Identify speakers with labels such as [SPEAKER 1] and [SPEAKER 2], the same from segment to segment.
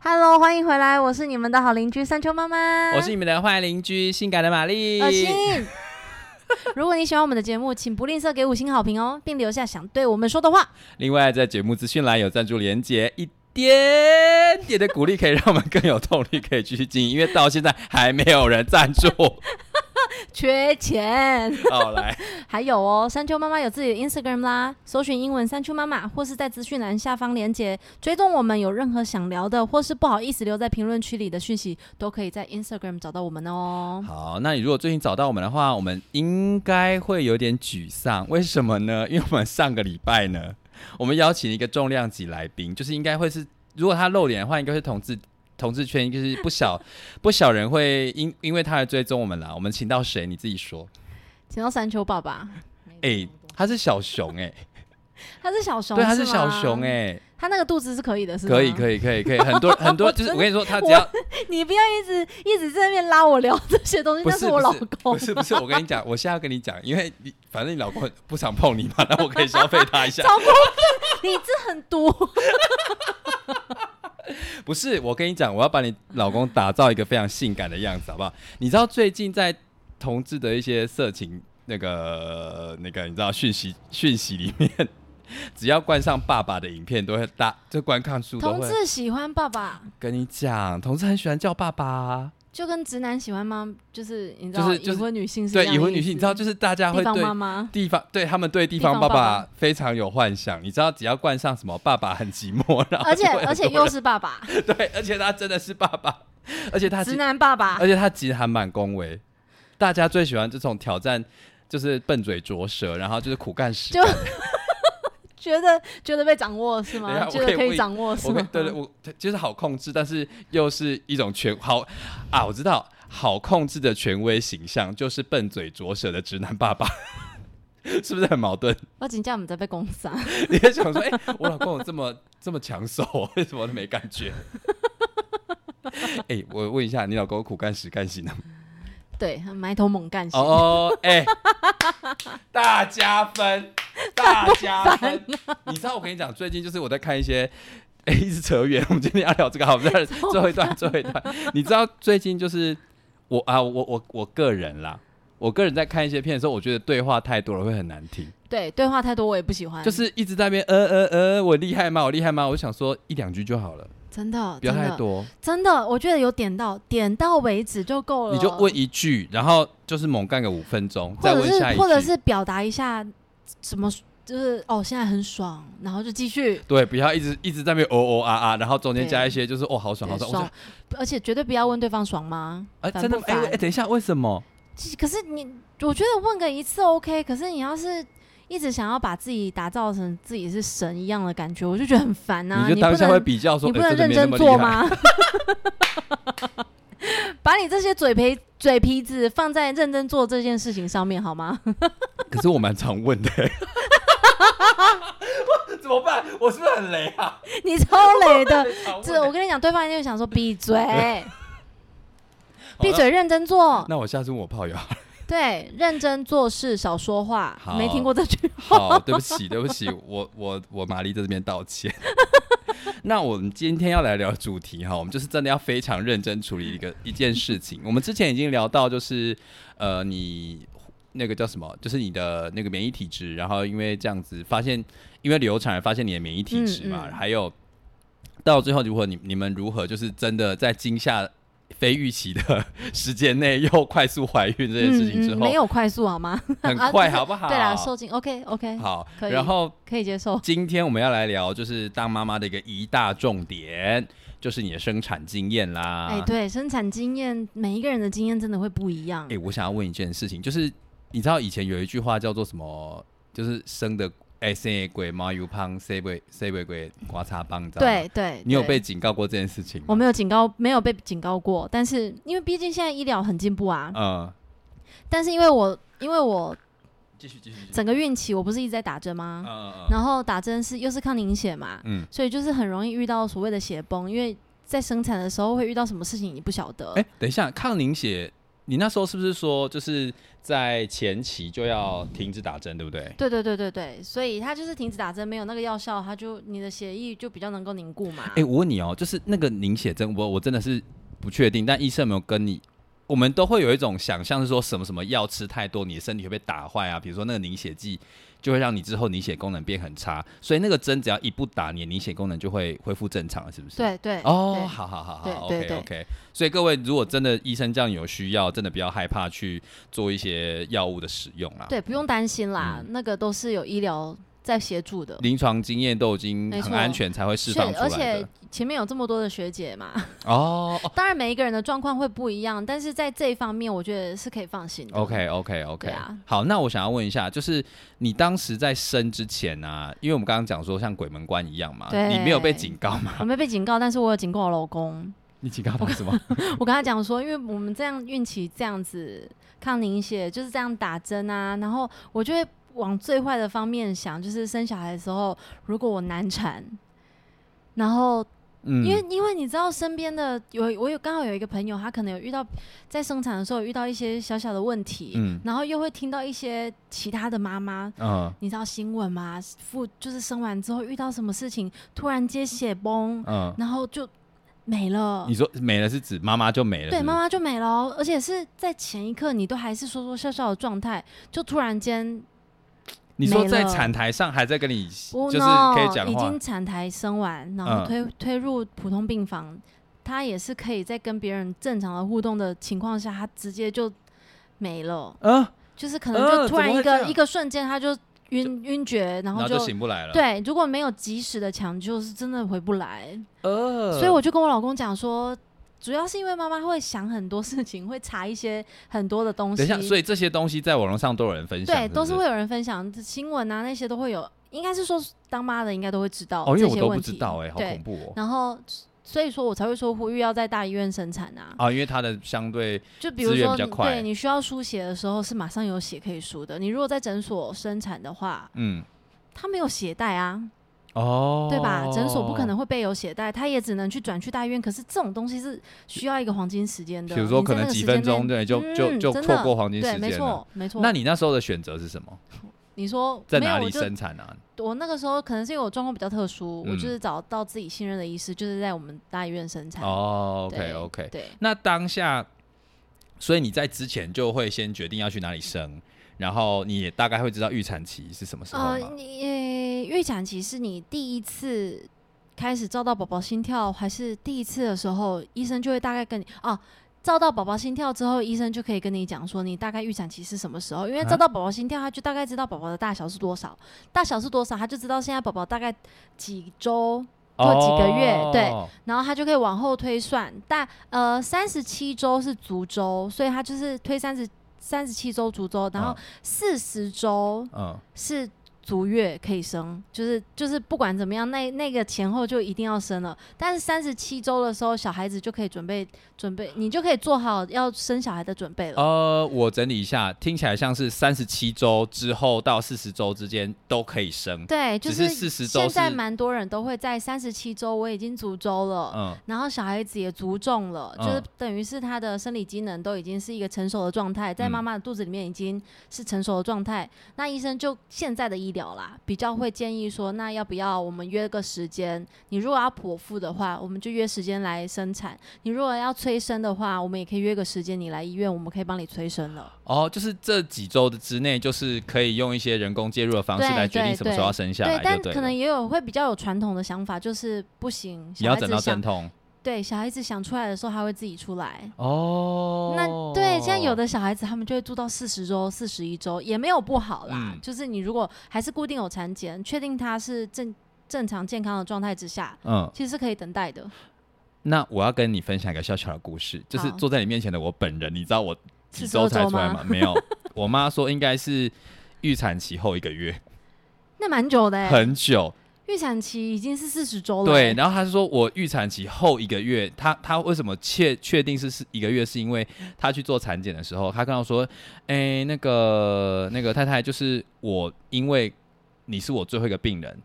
[SPEAKER 1] Hello，欢迎回来，我是你们的好邻居山丘妈妈，
[SPEAKER 2] 我是你们的坏邻居，性感的玛丽。
[SPEAKER 1] 恶心。 如果你喜欢我们的节目，请不吝啬给五星好评哦，并留下想对我们说的话。
[SPEAKER 2] 另外，在节目资讯栏有赞助连结，一点点的鼓励可以让我们更有动力，可以继续经营，因为到现在还没有人赞 助。
[SPEAKER 1] 缺钱。
[SPEAKER 2] 好，来，
[SPEAKER 1] 还有哦，山丘妈妈有自己的 Instagram 啦，搜寻英文山丘妈妈，或是在资讯栏下方连结追踪我们。有任何想聊的，或是不好意思留在评论区里的讯息，都可以在 Instagram 找到我们哦。
[SPEAKER 2] 好，那你如果最近找到我们的话，我们应该会有点沮丧，为什么呢？因为我们上个礼拜呢，我们邀请一个重量级来宾，就是应该会是，如果他露脸的话，应该是同志。同志圈就是不小不小人会因因为他来追踪我们啦。我们请到谁？你自己说。
[SPEAKER 1] 请到山丘爸爸，
[SPEAKER 2] 哎、他是小熊哎、
[SPEAKER 1] 他是小熊，
[SPEAKER 2] 对，他
[SPEAKER 1] 是
[SPEAKER 2] 是
[SPEAKER 1] 吗
[SPEAKER 2] 小熊哎、
[SPEAKER 1] 他那个肚子是可以的，是吗？
[SPEAKER 2] 可以可以可以可以， 很多很多就是我跟你说，他只要
[SPEAKER 1] 你不要一直一直在那边拉我聊这些东西，
[SPEAKER 2] 不
[SPEAKER 1] 那
[SPEAKER 2] 是
[SPEAKER 1] 我老
[SPEAKER 2] 不
[SPEAKER 1] 公。
[SPEAKER 2] 是不是，我跟你讲，我现在要跟你讲，因为你反正你老公很不想碰你嘛，那我可以消费他一 下
[SPEAKER 1] 超。过分， 你这很毒。
[SPEAKER 2] 不是，我跟你讲，我要把你老公打造一个非常性感的样子，好不好？你知道最近在同志的一些色情那个那个，你知道讯息讯息里面，只要冠上爸爸的影片，都会大这观看数都
[SPEAKER 1] 同
[SPEAKER 2] 会。
[SPEAKER 1] 志喜欢爸爸，
[SPEAKER 2] 跟你讲，同志很喜欢叫爸爸啊、
[SPEAKER 1] 就跟直男喜欢妈，就是你知道，
[SPEAKER 2] 就是就是
[SPEAKER 1] 已婚女性是
[SPEAKER 2] 对
[SPEAKER 1] 一样
[SPEAKER 2] 已
[SPEAKER 1] 的
[SPEAKER 2] 婚
[SPEAKER 1] 意
[SPEAKER 2] 女性，
[SPEAKER 1] 思
[SPEAKER 2] 你知道，就是大家会
[SPEAKER 1] 地方
[SPEAKER 2] 对
[SPEAKER 1] 妈 妈。
[SPEAKER 2] 地方对他们对地
[SPEAKER 1] 地方
[SPEAKER 2] 方爸
[SPEAKER 1] 爸
[SPEAKER 2] 爸非常有幻想，你知道，只要冠上什么“爸爸很寂寞”，然后
[SPEAKER 1] 而且
[SPEAKER 2] 就会很
[SPEAKER 1] 而且
[SPEAKER 2] 多
[SPEAKER 1] 又是爸爸，
[SPEAKER 2] 人对，而且他真的是爸爸，而且他
[SPEAKER 1] 直
[SPEAKER 2] 其
[SPEAKER 1] 男爸爸
[SPEAKER 2] 而，且他其实还蛮恭维，大家最喜欢这种挑战，就是笨嘴拙舌，然后就是苦干实
[SPEAKER 1] 就
[SPEAKER 2] 干。
[SPEAKER 1] 觉得觉得被掌握是
[SPEAKER 2] 等一下
[SPEAKER 1] 吗？
[SPEAKER 2] 我
[SPEAKER 1] 觉
[SPEAKER 2] 可
[SPEAKER 1] 得
[SPEAKER 2] 以
[SPEAKER 1] 可
[SPEAKER 2] 问
[SPEAKER 1] 以
[SPEAKER 2] 一
[SPEAKER 1] 掌握是
[SPEAKER 2] 我
[SPEAKER 1] 吗
[SPEAKER 2] 跟？对对，我就是好控制，但是又是一种权好啊，我知道好控制的权威形象就是笨嘴拙舌的直男爸爸， 是不是很矛盾？
[SPEAKER 1] 我请假我们在被攻杀，
[SPEAKER 2] 你在想说，哎、我老公有这么这么抢手，为什么都没感觉？哎、我问一下，你老公苦干实干型的吗？
[SPEAKER 1] 对，埋头猛干型。
[SPEAKER 2] 哦， 哎、大加分，大加分！你知道我跟你讲，最近就是我在看一些。哎、一直扯远。我们今天要聊这个，好，我们再最后一段，最后一段。你知道最近就是我啊，我我我个人啦，我个人在看一些片的时候，我觉得对话太多了会很难听。
[SPEAKER 1] 对，对话太多我也不喜欢，
[SPEAKER 2] 就是一直在那边呃呃呃，我厉害吗？我厉害吗？我想说一两句就好了，
[SPEAKER 1] 真的，
[SPEAKER 2] 不要
[SPEAKER 1] 哦真
[SPEAKER 2] 太
[SPEAKER 1] 的，啊
[SPEAKER 2] 多，
[SPEAKER 1] 真的，我觉得有点到，点到为止就够了。
[SPEAKER 2] 你就问，一句，然后就是猛干个五分钟，
[SPEAKER 1] 哦或
[SPEAKER 2] 再
[SPEAKER 1] 者
[SPEAKER 2] 问
[SPEAKER 1] 是
[SPEAKER 2] 下一句，
[SPEAKER 1] 或者是表达一下什么，就是哦，现在很爽，然后就继续。
[SPEAKER 2] 对，不要一直一直在那边哦哦啊啊，然后中间
[SPEAKER 1] 对
[SPEAKER 2] 加一些就是哦好爽好
[SPEAKER 1] 对
[SPEAKER 2] 爽，我说
[SPEAKER 1] 爽，而且绝对不要问对方爽吗？
[SPEAKER 2] 哎
[SPEAKER 1] 烦
[SPEAKER 2] 真的
[SPEAKER 1] 不
[SPEAKER 2] 哎
[SPEAKER 1] 烦
[SPEAKER 2] 哎等一下为什么？
[SPEAKER 1] 其可是你，我觉得问个一次 OK，可是你要是一直想要把自己打造成自己是神一样的感觉，我就觉得很烦呐、
[SPEAKER 2] 你就
[SPEAKER 1] 不
[SPEAKER 2] 当下
[SPEAKER 1] 能
[SPEAKER 2] 会比较说，
[SPEAKER 1] 你不
[SPEAKER 2] 哎
[SPEAKER 1] 能
[SPEAKER 2] 真的
[SPEAKER 1] 认
[SPEAKER 2] 没
[SPEAKER 1] 真
[SPEAKER 2] 那么厉
[SPEAKER 1] 做
[SPEAKER 2] 害？
[SPEAKER 1] 吗？ 把你这些嘴皮嘴皮子放在认真做这件事情上面好吗？
[SPEAKER 2] 可是我蛮常问的、 欸。我怎么办？我是不是很雷啊？
[SPEAKER 1] 你超累的，
[SPEAKER 2] 常问
[SPEAKER 1] 这
[SPEAKER 2] 欸
[SPEAKER 1] 我跟你讲，对方一定会想说闭嘴，
[SPEAKER 2] 好
[SPEAKER 1] 闭嘴，认真做
[SPEAKER 2] 那，那我下次问我炮友好了。
[SPEAKER 1] 对，认真做事，少说话。
[SPEAKER 2] 好
[SPEAKER 1] 没听过这句话，
[SPEAKER 2] 好，对不起，对不起，我我我玛丽在这边道歉。 那我们今天要来聊主题哈，我们就是真的要非常认真处理一个一件事情。我们之前已经聊到，就是呃，你那个叫什么，就是你的那个免疫体质，然后因为这样子发现，因为流产而发现你的免疫体质嘛，
[SPEAKER 1] 嗯嗯
[SPEAKER 2] 还有到最后如何你你们如何就是真的在惊吓。非预期的 时间内又快速怀孕这件事情之后，
[SPEAKER 1] 嗯没有快速好吗？
[SPEAKER 2] 很
[SPEAKER 1] 啊
[SPEAKER 2] 快
[SPEAKER 1] 就是
[SPEAKER 2] 好不好？
[SPEAKER 1] 对啦，受精 OK OK，
[SPEAKER 2] 好，
[SPEAKER 1] 可以
[SPEAKER 2] 然后
[SPEAKER 1] 可以接受。
[SPEAKER 2] 今天我们要来聊，就是当妈妈的一个一大重点，就是你的生产经验啦。
[SPEAKER 1] 哎、对，生产经验，每一个人的经验真的会不一样。
[SPEAKER 2] 哎我想要问一件事情，就是你知道以前有一句话叫做什么？就是生的哎、生的鬼猫油胖，生鬼生鬼鬼刮痧棒，你知道吗？
[SPEAKER 1] 对对，
[SPEAKER 2] 你有
[SPEAKER 1] 对
[SPEAKER 2] 被警告过这件事情吗？
[SPEAKER 1] 我没有警告，没有被警告过，但是因为毕竟现在医疗很进步啊，
[SPEAKER 2] 嗯，
[SPEAKER 1] 但是因为我因为我
[SPEAKER 2] 继续继续。继续
[SPEAKER 1] 整个孕期我不是一直在打针吗？
[SPEAKER 2] 嗯嗯嗯
[SPEAKER 1] 然后打针是又是抗凝血嘛，
[SPEAKER 2] 嗯。
[SPEAKER 1] 所以就是很容易遇到所谓的血崩，因为在生产的时候会遇到什么事情你不晓得。
[SPEAKER 2] 哎、等一下，抗凝血你那时候是不是说就是在前期就要停止打针，对不对？
[SPEAKER 1] 对对对对对，所以他就是停止打针，没有那个药效，他就你的血液就比较能够凝固嘛。
[SPEAKER 2] 哎、我问你哦，就是那个凝血针，我我真的是不确定，但医生有没有跟你？我们都会有一种想象是说什么什么药吃太多，你的身体会被打坏啊。比如说那个凝血剂就会让你之后凝血功能变很差，所以那个针只要一不打，你的凝血功能就会恢复正常了，是不是？。
[SPEAKER 1] 对对
[SPEAKER 2] 哦，
[SPEAKER 1] 对
[SPEAKER 2] 好好好好
[SPEAKER 1] 对
[SPEAKER 2] ，OK
[SPEAKER 1] 对
[SPEAKER 2] OK。所以各位，如果真的医生这样有需要，真的不要害怕去做一些药物的使用啦。
[SPEAKER 1] 对，不用担心啦，
[SPEAKER 2] 嗯
[SPEAKER 1] 那个都是有医疗在协助的。
[SPEAKER 2] 临床经验都已经
[SPEAKER 1] 没
[SPEAKER 2] 很
[SPEAKER 1] 错
[SPEAKER 2] 安全才会释
[SPEAKER 1] 是
[SPEAKER 2] 放出
[SPEAKER 1] 而
[SPEAKER 2] 来
[SPEAKER 1] 且
[SPEAKER 2] 的。
[SPEAKER 1] 前面有这么多的学姐 嘛，
[SPEAKER 2] 哦
[SPEAKER 1] 当然每一个人的状况会不一样，但是在这一方面，我觉得是可以放心的。
[SPEAKER 2] ，OK OK OK，、
[SPEAKER 1] 对啊
[SPEAKER 2] 好，那我想要问一下，就是你当时在生之前啊，因为我们刚刚讲说像鬼门关一样嘛，
[SPEAKER 1] 对
[SPEAKER 2] 你没有被警告吗？
[SPEAKER 1] 我没被警告，但是我有警告我老公，
[SPEAKER 2] 你警告他什么？
[SPEAKER 1] 我跟他讲说，因为我们这样孕期这样子抗凝血，就是这样打针啊，然后我就会往最坏的方面想，就是生小孩的时候，如果我难产，然后
[SPEAKER 2] 嗯
[SPEAKER 1] 因为因为你知道身边的有我有刚好有一个朋友，他可能有遇到在生产的时候有遇到一些小小的问题，
[SPEAKER 2] 嗯
[SPEAKER 1] 然后又会听到一些其他的妈妈。
[SPEAKER 2] 嗯
[SPEAKER 1] 你知道新闻吗？妇就是生完之后遇到什么事情，突然间血崩，
[SPEAKER 2] 嗯，
[SPEAKER 1] 然后就没了
[SPEAKER 2] 你。说没了是指妈妈就没了，
[SPEAKER 1] 对，
[SPEAKER 2] 是不
[SPEAKER 1] 妈
[SPEAKER 2] 是
[SPEAKER 1] 妈就没了哦，而且是在前一刻你都还是说说笑笑的状态，就突然间，
[SPEAKER 2] 你说
[SPEAKER 1] 没
[SPEAKER 2] 在
[SPEAKER 1] 了
[SPEAKER 2] 产台上还在跟你
[SPEAKER 1] 哦
[SPEAKER 2] 就是可以
[SPEAKER 1] no，
[SPEAKER 2] 讲
[SPEAKER 1] 已
[SPEAKER 2] 话
[SPEAKER 1] 经产台生完，然后
[SPEAKER 2] 嗯
[SPEAKER 1] 推、推入普通病房，他也是可以在跟别人正常的互动的情况下，他直接就没了，
[SPEAKER 2] 嗯，
[SPEAKER 1] 就是可能
[SPEAKER 2] 呃
[SPEAKER 1] 就突然
[SPEAKER 2] 怎么
[SPEAKER 1] 一
[SPEAKER 2] 会这
[SPEAKER 1] 个、
[SPEAKER 2] 样
[SPEAKER 1] 一个瞬间他就晕晕厥，然
[SPEAKER 2] 然
[SPEAKER 1] 后
[SPEAKER 2] 后
[SPEAKER 1] 就
[SPEAKER 2] 就醒不来了，，
[SPEAKER 1] 对，如果没有及时的抢救，是真的回不来。
[SPEAKER 2] 呃，
[SPEAKER 1] 所以我就跟我老公讲说，主要是因为妈妈会想很多事情，会查一些很多的东西。
[SPEAKER 2] 等一下，所以这些东西在网络上都有人分享，
[SPEAKER 1] 对，都
[SPEAKER 2] 是
[SPEAKER 1] 是
[SPEAKER 2] 不
[SPEAKER 1] 会有人分享新闻啊，那些都会有。应该是说当妈的应该都会知道
[SPEAKER 2] 哦，因为
[SPEAKER 1] 这
[SPEAKER 2] 我
[SPEAKER 1] 些
[SPEAKER 2] 都
[SPEAKER 1] 问
[SPEAKER 2] 不
[SPEAKER 1] 题。
[SPEAKER 2] 知道哎、好恐
[SPEAKER 1] 对，
[SPEAKER 2] 怖哦。
[SPEAKER 1] 然后所以说我才会说呼吁要在大医院生产啊。
[SPEAKER 2] 啊，因为它的相对
[SPEAKER 1] 就比如
[SPEAKER 2] 资源
[SPEAKER 1] 说
[SPEAKER 2] 比较
[SPEAKER 1] 你，
[SPEAKER 2] 快
[SPEAKER 1] 对你需要输血的时候是马上有血可以输的。你如果在诊所生产的话，
[SPEAKER 2] 嗯
[SPEAKER 1] 它没有血袋啊。
[SPEAKER 2] 哦，
[SPEAKER 1] 对吧？诊所不可。能会备有血袋，他也只能去转去大医院。可是这种东西是需要一个黄金时间的，
[SPEAKER 2] 比如说
[SPEAKER 1] 你
[SPEAKER 2] 可
[SPEAKER 1] 在
[SPEAKER 2] 能
[SPEAKER 1] 那个
[SPEAKER 2] 几
[SPEAKER 1] 时
[SPEAKER 2] 分
[SPEAKER 1] 间
[SPEAKER 2] 钟，
[SPEAKER 1] 内
[SPEAKER 2] 对，就就
[SPEAKER 1] 嗯
[SPEAKER 2] 就
[SPEAKER 1] 真的
[SPEAKER 2] 错过黄金时
[SPEAKER 1] 对，没
[SPEAKER 2] 间了。
[SPEAKER 1] 错，没错。
[SPEAKER 2] 那你那时候的选择是什么？
[SPEAKER 1] 你说
[SPEAKER 2] 在
[SPEAKER 1] 没有
[SPEAKER 2] 哪
[SPEAKER 1] 我
[SPEAKER 2] 里
[SPEAKER 1] 就
[SPEAKER 2] 生产啊？
[SPEAKER 1] 我那个时候可能是因为我状况比较特殊，我
[SPEAKER 2] 嗯
[SPEAKER 1] 就是找到自己信任的医师，就是在我们大医院生产。
[SPEAKER 2] 哦
[SPEAKER 1] 哎对
[SPEAKER 2] ，OK OK。
[SPEAKER 1] 对，
[SPEAKER 2] 那当下，所以你在之前就会先决定要去哪里生，然后你也大概会知道预产期是什么时候
[SPEAKER 1] 呃，
[SPEAKER 2] 吗？
[SPEAKER 1] 你呃预产期是你第一次开始照到宝宝心跳，还是第一次的时候，医生就会大概跟你哦。照到宝宝心跳之后，医生就可以跟你讲说你大概预产期是什么时候，因为
[SPEAKER 2] 啊
[SPEAKER 1] 照到宝宝心跳，他就大概知道宝宝的大小是多少，大小是多少，他就知道现在宝宝大概几周，过几个月对
[SPEAKER 2] 哦
[SPEAKER 1] 然后他就可以往后推算。但呃，三十七周是足周，所以他就是推三十三十七周足周，然
[SPEAKER 2] 啊
[SPEAKER 1] 后四十周
[SPEAKER 2] 嗯，
[SPEAKER 1] 是足月可以生，就是就是不管怎么样，那那个前后就一定要生了。但是三十七周的时候，小孩子就可以准备准备，你就可以做好要生小孩的准备了。
[SPEAKER 2] 呃，我整理一下，听起来像是三十七周之后到四十周之间都可以生。
[SPEAKER 1] 对，就
[SPEAKER 2] 只是40周
[SPEAKER 1] 现在
[SPEAKER 2] 是
[SPEAKER 1] 蛮多人都会在三十七周，我已经足周了。
[SPEAKER 2] 嗯，
[SPEAKER 1] 然后小孩子也足重了，
[SPEAKER 2] 嗯
[SPEAKER 1] 就是等于是他的生理机能都已经是一个成熟的状态，在
[SPEAKER 2] 嗯
[SPEAKER 1] 妈妈的肚子里面已经是成熟的状态。那医生就现在的医疗啦，比较会建议说，那要不要我们约个时间？你如果要剖腹的话，我们就约时间来生产；你如果要催生的话，我们也可以约个时间，你来医院，我们可以帮你催生了。
[SPEAKER 2] 哦，就是这几周的之内，就是可以用一些人工介入的方式
[SPEAKER 1] 对
[SPEAKER 2] 来决定
[SPEAKER 1] 对
[SPEAKER 2] 什么时候要生下
[SPEAKER 1] 对
[SPEAKER 2] 来就，对
[SPEAKER 1] 但
[SPEAKER 2] 了，
[SPEAKER 1] 可能也有会比较有传统的想法，就是不行，
[SPEAKER 2] 你
[SPEAKER 1] 小
[SPEAKER 2] 要
[SPEAKER 1] 孩
[SPEAKER 2] 等
[SPEAKER 1] 子
[SPEAKER 2] 到阵
[SPEAKER 1] 想
[SPEAKER 2] 痛
[SPEAKER 1] 对小孩子想出来的时候，他会自己出来。
[SPEAKER 2] 哦
[SPEAKER 1] 那对，现在有的小孩子他们就会住到四十周、四十一周，也没有不好啦。
[SPEAKER 2] 嗯
[SPEAKER 1] 就是你如果还是固定有产检，确定他是正正常健康的状态之下，
[SPEAKER 2] 嗯，
[SPEAKER 1] 其实是可以等待的。
[SPEAKER 2] 那我要跟你分享一个小小的故事，就是
[SPEAKER 1] 好
[SPEAKER 2] 坐在你面前的我本人，你知道我几
[SPEAKER 1] 42
[SPEAKER 2] 周才
[SPEAKER 1] 周
[SPEAKER 2] 出来
[SPEAKER 1] 吗
[SPEAKER 2] 吗？没有，我妈说应该是预产期后一个月，
[SPEAKER 1] 那蛮久的、欸，
[SPEAKER 2] 很久。
[SPEAKER 1] 预产期已经是四十周了、
[SPEAKER 2] 对，
[SPEAKER 1] 欸。，
[SPEAKER 2] 然后她说我预产期后一个月，她她为什么确确定是是一个月？是因为她去做产检的时候，她跟我说，哎、那个那个太太，就是我，因为你是我最后一个病人，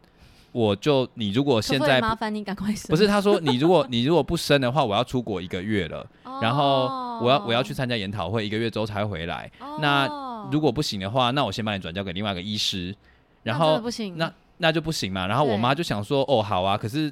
[SPEAKER 2] 我就你如果
[SPEAKER 1] 可
[SPEAKER 2] 现
[SPEAKER 1] 不可
[SPEAKER 2] 在
[SPEAKER 1] 以
[SPEAKER 2] 不
[SPEAKER 1] 麻烦你赶快生？
[SPEAKER 2] 不是，她说你如果你如果不生的话，我要出国一个月了。
[SPEAKER 1] 哦，
[SPEAKER 2] 然后我要我要去参加研讨会，一个月之后才回来。
[SPEAKER 1] 哦
[SPEAKER 2] 那如果不行的话，那我先把你转交给另外一个医师，然
[SPEAKER 1] 那真的
[SPEAKER 2] 后
[SPEAKER 1] 不行，
[SPEAKER 2] 那那就不行嘛。然后我
[SPEAKER 1] 对
[SPEAKER 2] 妈就想说，哦，好啊，可是。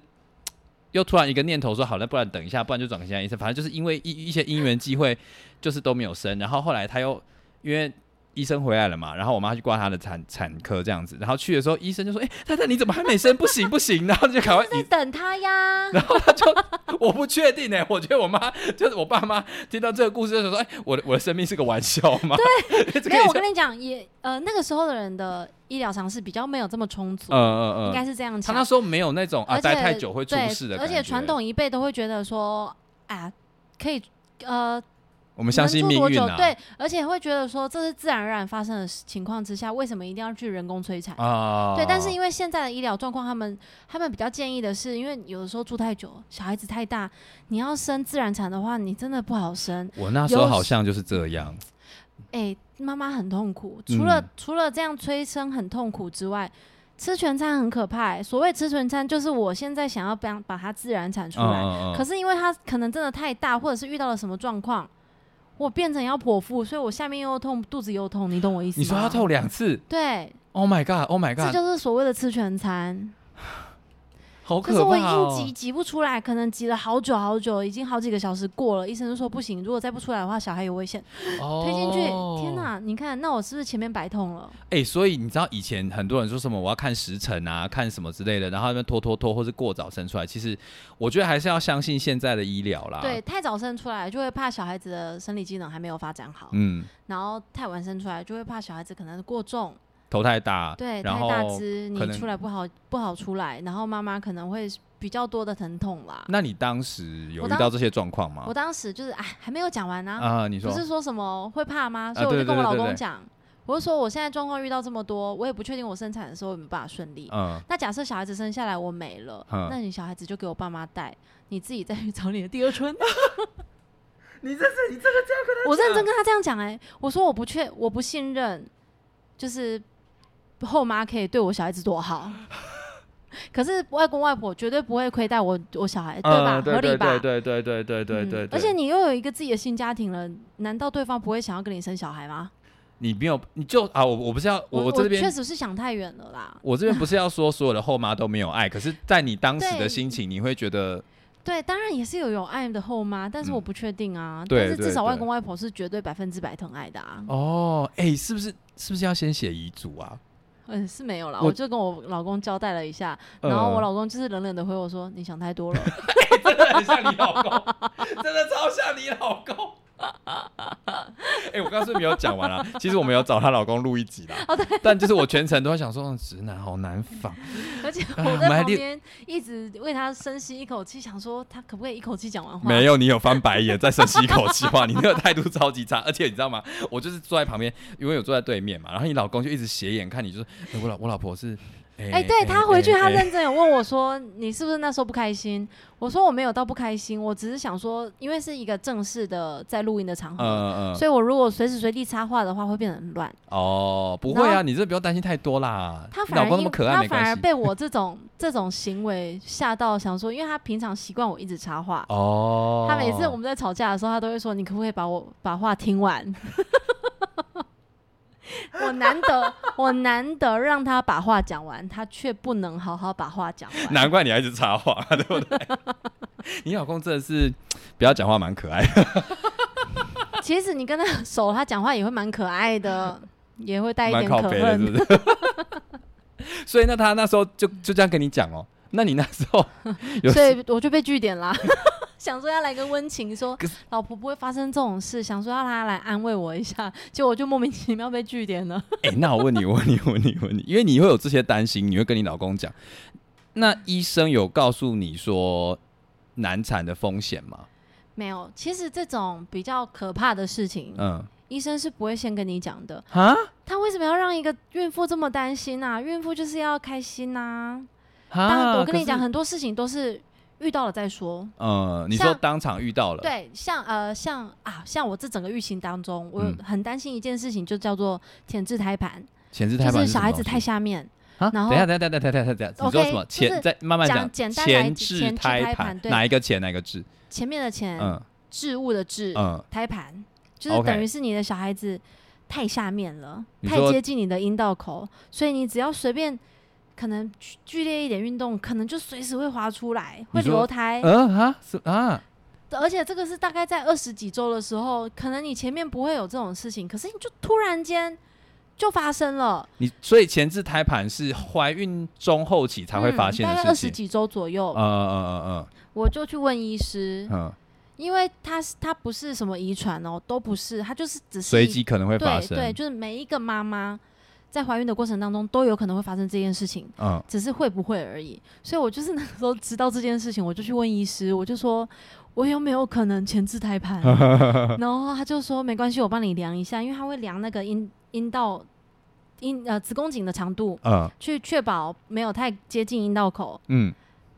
[SPEAKER 2] 又突然一个念头说，好，那不然等一下，不然就转给其他医生。反正就是因为一一些因缘机会，就是都没有生。然后后来她又因为医生回来了嘛，然后我妈去挂她的产产科这样子。然后去的时候，医生就说：“哎、太太你怎么还没生？不行不行！”然后就赶快
[SPEAKER 1] 在等他 呀。
[SPEAKER 2] 然后他就 我不确定哎、我觉得我妈就是我爸妈听到这个故事就想说，哎、我的我的生命是个玩笑吗？对， 这个
[SPEAKER 1] 没有，
[SPEAKER 2] 也
[SPEAKER 1] 我
[SPEAKER 2] 是
[SPEAKER 1] 跟你讲，也呃那个时候的人的医疗常识比较没有这么充足，
[SPEAKER 2] 嗯
[SPEAKER 1] 应
[SPEAKER 2] 嗯嗯，
[SPEAKER 1] 该是这样
[SPEAKER 2] 他
[SPEAKER 1] 讲。
[SPEAKER 2] 那时候没有那种啊
[SPEAKER 1] 而且
[SPEAKER 2] 待太久会出
[SPEAKER 1] 对
[SPEAKER 2] 事的感
[SPEAKER 1] 而
[SPEAKER 2] 觉，
[SPEAKER 1] 且传统一辈都会觉得说，啊，可以呃
[SPEAKER 2] 我们相信
[SPEAKER 1] 能
[SPEAKER 2] 命
[SPEAKER 1] 住多
[SPEAKER 2] 运
[SPEAKER 1] 久
[SPEAKER 2] 啊，
[SPEAKER 1] 对，而且会觉得说这是自然而然发生的情况之下，为什么一定要去人工摧残？
[SPEAKER 2] 啊，
[SPEAKER 1] 对，但是因为现在的医疗状况，他们他们比较建议的是，因为有的时候住太久，小孩子太大，你要生自然产的话，你真的不好生。
[SPEAKER 2] 我那时候
[SPEAKER 1] 有
[SPEAKER 2] 好像就是这样，
[SPEAKER 1] 哎、妈妈很痛苦，除了、
[SPEAKER 2] 嗯
[SPEAKER 1] 除了这样催生很痛苦之外，吃全餐很可怕、欸。所谓吃全餐，就是我现在想要把把它自然产出来，
[SPEAKER 2] 嗯
[SPEAKER 1] 可是因为它可能真的太大，或者是遇到了什么状况，我变成要剖腹，所以我下面又痛，肚子又痛，你懂我意思吗？
[SPEAKER 2] 你说要？透两次
[SPEAKER 1] 对，
[SPEAKER 2] ，Oh my God，Oh my
[SPEAKER 1] 这
[SPEAKER 2] God，
[SPEAKER 1] 就是所谓的吃全餐。
[SPEAKER 2] 好
[SPEAKER 1] 可是
[SPEAKER 2] 可
[SPEAKER 1] 我已
[SPEAKER 2] 怕
[SPEAKER 1] 经
[SPEAKER 2] 哦
[SPEAKER 1] 急！急不出来，可能急了好久好久，已经好几个小时过了，医生就说不行，如果再不出来的话，小孩有危险，
[SPEAKER 2] 哦
[SPEAKER 1] 推进去。天
[SPEAKER 2] 哪！
[SPEAKER 1] 哪，你看，那我是不是前面白痛了？
[SPEAKER 2] 哎、所以你知道以前很多人说什么我要看时辰啊，看什么之类的，然后他们拖拖拖，或是过早生出来。其实我觉得还是要相信现在的医疗啦。
[SPEAKER 1] 对，，太早生出来就会怕小孩子的生理机能还没有发展好，
[SPEAKER 2] 嗯，
[SPEAKER 1] 然后太晚生出来就会怕小孩子可能过重，
[SPEAKER 2] 头太大，
[SPEAKER 1] 对，
[SPEAKER 2] 然
[SPEAKER 1] 太
[SPEAKER 2] 后
[SPEAKER 1] 大只你
[SPEAKER 2] 可能
[SPEAKER 1] 出来不好不好出来，然后妈妈可能会比较多的疼痛啦。
[SPEAKER 2] 那你当时有
[SPEAKER 1] 我
[SPEAKER 2] 遇
[SPEAKER 1] 当
[SPEAKER 2] 到这些状况吗
[SPEAKER 1] 我？当时就是哎，还没有讲完呢、
[SPEAKER 2] 啊，你
[SPEAKER 1] 不
[SPEAKER 2] 说
[SPEAKER 1] 是说什么会怕吗？所以
[SPEAKER 2] 啊
[SPEAKER 1] 我
[SPEAKER 2] 对
[SPEAKER 1] 就跟我
[SPEAKER 2] 对对
[SPEAKER 1] 老
[SPEAKER 2] 对
[SPEAKER 1] 公
[SPEAKER 2] 对
[SPEAKER 1] 讲，我就说我现在状况遇到这么多，我也不确定我生产的时候有没有办法顺利。
[SPEAKER 2] 嗯，
[SPEAKER 1] 那假设小孩子生下来我没了，
[SPEAKER 2] 嗯
[SPEAKER 1] 那你小孩子就给我爸妈带，你自己再去找你的第二春。
[SPEAKER 2] 你这是你这个
[SPEAKER 1] 我认真跟他这样讲，哎，我说我不确，我不信任，就是后妈可以对我小孩子多好， 可是外公外婆绝对不会亏待我我小孩，对吧？合理吧？
[SPEAKER 2] 嗯对对对对对
[SPEAKER 1] 嗯而且你又有一个自己的新家庭了，难道对方不会想要跟你生小孩吗？
[SPEAKER 2] 你没有，你就啊，我我不是要我
[SPEAKER 1] 我
[SPEAKER 2] 这
[SPEAKER 1] 确
[SPEAKER 2] 边。
[SPEAKER 1] 实是想太远了啦。
[SPEAKER 2] 我这边不是要说所有的后妈都没有爱，可是，在你当时的
[SPEAKER 1] 对
[SPEAKER 2] 心情，你会觉得
[SPEAKER 1] 对，当然也是有有爱的后妈，但是我不确定啊。
[SPEAKER 2] 嗯对
[SPEAKER 1] 但是至少
[SPEAKER 2] 对
[SPEAKER 1] 外
[SPEAKER 2] 对
[SPEAKER 1] 公外婆是绝对百分之百疼爱的啊。
[SPEAKER 2] 哦，哎、是不是是不是要先写遗嘱啊？
[SPEAKER 1] 嗯，是没有啦，
[SPEAKER 2] 我
[SPEAKER 1] 我就跟我老公交代了一下，然后我
[SPEAKER 2] 呃
[SPEAKER 1] 老公就是冷冷的回我说：“你想太多了。”
[SPEAKER 2] 真的很像你老公，真的超像你老公。 哎、我刚刚是不是没有讲完啊，其实我们有找她老公录一集啦。
[SPEAKER 1] 哦
[SPEAKER 2] 但就是我全程都在想说，嗯直男好难防。
[SPEAKER 1] 而且
[SPEAKER 2] 啊
[SPEAKER 1] 我
[SPEAKER 2] 我们
[SPEAKER 1] 在
[SPEAKER 2] 还
[SPEAKER 1] 旁
[SPEAKER 2] 立
[SPEAKER 1] 边一直为他深吸一口气，想说他可不可以一口气讲完话？
[SPEAKER 2] 没，有，你有翻白眼，再深吸一口气话，你那个态度超级差。而 且你知道吗？我就是坐在旁边，因为有坐在对面嘛，然后你老公就一直斜眼看你，就是、哎我老我老婆是。哎
[SPEAKER 1] 哎、对他回去，他
[SPEAKER 2] 哎
[SPEAKER 1] 认真有问我说：“你是不是那时候不开心？”我说：“我没有到不开心，我只是想说，因为是一个正式的在录音的场
[SPEAKER 2] 嗯
[SPEAKER 1] 合，
[SPEAKER 2] 嗯嗯，
[SPEAKER 1] 所以我如果随时随地插话的话，会变得很乱。
[SPEAKER 2] 哦，不会
[SPEAKER 1] 然
[SPEAKER 2] 啊，
[SPEAKER 1] 后
[SPEAKER 2] 你这不要担心太多啦。
[SPEAKER 1] 他
[SPEAKER 2] 你
[SPEAKER 1] 反
[SPEAKER 2] 老
[SPEAKER 1] 而
[SPEAKER 2] 公那
[SPEAKER 1] 因
[SPEAKER 2] 么可爱，
[SPEAKER 1] 他
[SPEAKER 2] 没
[SPEAKER 1] 反而
[SPEAKER 2] 关系。
[SPEAKER 1] 被我这种这种行为吓到，想说，因为他平常习惯我一直插话。”
[SPEAKER 2] 哦，
[SPEAKER 1] 他每次我们在吵架的时候，他都会说：“你可不可以把我把话听完？” 我难得，我难得让他把话讲完，他却不能好好把话讲 完。
[SPEAKER 2] 难怪你还一直插话， 对不对？你老公真的是不要讲话，蛮可爱的。
[SPEAKER 1] 其实你跟他 熟，他讲话也会蛮可爱的，也会 带一
[SPEAKER 2] 蛮
[SPEAKER 1] 点
[SPEAKER 2] 靠
[SPEAKER 1] 可
[SPEAKER 2] 北的，
[SPEAKER 1] 恨。
[SPEAKER 2] 是不是？ 所以那他那时候就就这样跟你讲哦，那你那时 候有
[SPEAKER 1] 所以我就被据点 啦。 想说要来个温情，说
[SPEAKER 2] 可是
[SPEAKER 1] 老婆不会发生这种事，想说要他来安慰我一下， 结果我就莫名其妙被据点 了。
[SPEAKER 2] 哎、那我问你，我问你，我问你，我问你，因为你会有这些担心，你会跟你老公讲。那医生有告诉你说难产的风险吗？
[SPEAKER 1] 没有，其实这种比较可怕的事情，
[SPEAKER 2] 嗯，
[SPEAKER 1] 医生是不会先跟你讲的。
[SPEAKER 2] 哈
[SPEAKER 1] 他为什么要让一个孕妇这么担心啊？孕妇就是要开心呐、啊。当然，
[SPEAKER 2] 哈，
[SPEAKER 1] 我跟你讲，
[SPEAKER 2] 可是，
[SPEAKER 1] 很多事情都是遇到了再说。
[SPEAKER 2] 嗯，你说
[SPEAKER 1] 像
[SPEAKER 2] 当场遇到了，，
[SPEAKER 1] 对，像呃，像啊，像我这整个疫情当中，我
[SPEAKER 2] 嗯
[SPEAKER 1] 很担心一件事情，就叫做前置胎盘，
[SPEAKER 2] 前置胎
[SPEAKER 1] 就
[SPEAKER 2] 盘
[SPEAKER 1] 是
[SPEAKER 2] 是
[SPEAKER 1] 小
[SPEAKER 2] 什么
[SPEAKER 1] 孩子
[SPEAKER 2] 东
[SPEAKER 1] 太
[SPEAKER 2] 西
[SPEAKER 1] 下面。
[SPEAKER 2] 啊，
[SPEAKER 1] 然
[SPEAKER 2] 等一下，
[SPEAKER 1] 后
[SPEAKER 2] 等一下，等一下，等一下，等一下，你说
[SPEAKER 1] OK，
[SPEAKER 2] 什么？
[SPEAKER 1] 就是
[SPEAKER 2] 前再慢慢
[SPEAKER 1] 讲简单来
[SPEAKER 2] 前
[SPEAKER 1] 前
[SPEAKER 2] 置
[SPEAKER 1] 置
[SPEAKER 2] 胎
[SPEAKER 1] 胎
[SPEAKER 2] 盘
[SPEAKER 1] 盘对
[SPEAKER 2] 哪一个前哪一个置？
[SPEAKER 1] 前面的前，
[SPEAKER 2] 嗯，
[SPEAKER 1] 置物的置，
[SPEAKER 2] 嗯，
[SPEAKER 1] 胎盘，就是
[SPEAKER 2] OK
[SPEAKER 1] 等于是你的小孩子太下面了，
[SPEAKER 2] 你
[SPEAKER 1] 太
[SPEAKER 2] 说
[SPEAKER 1] 接近你的阴道口，所以你只要随便可能剧剧烈一点运动，可能就随时会滑出来，会
[SPEAKER 2] 你说
[SPEAKER 1] 流胎。
[SPEAKER 2] 嗯啊是啊，
[SPEAKER 1] 而且这个是大概在二十几周的时候，可能你前面不会有这种事情，可是你就突然间就发生了，
[SPEAKER 2] 你所以前置胎盘是怀孕中后期才会发现
[SPEAKER 1] 嗯
[SPEAKER 2] 的
[SPEAKER 1] 大概二
[SPEAKER 2] 事
[SPEAKER 1] 十
[SPEAKER 2] 情，
[SPEAKER 1] 几周左右，
[SPEAKER 2] 嗯嗯嗯
[SPEAKER 1] 我就去问医师
[SPEAKER 2] 嗯，嗯，
[SPEAKER 1] 因为他是他不是什么遗传哦，都不是，他就是只是
[SPEAKER 2] 随
[SPEAKER 1] 一
[SPEAKER 2] 机可能会发
[SPEAKER 1] 对
[SPEAKER 2] 生，
[SPEAKER 1] 对，就是每一个妈妈在怀孕的过程当中都有可能会发生这件事情，
[SPEAKER 2] 嗯，
[SPEAKER 1] 只是会不会而已。所以我就是 那个时候知道这件事情，我就去问医师，我就说我有没有可能前置胎 盘，然后他就说没关系，我帮你量一下，因为他会量那个阴阴道阴呃子宫颈的长度，
[SPEAKER 2] 嗯
[SPEAKER 1] 去确保没有太接近阴道口。
[SPEAKER 2] 嗯，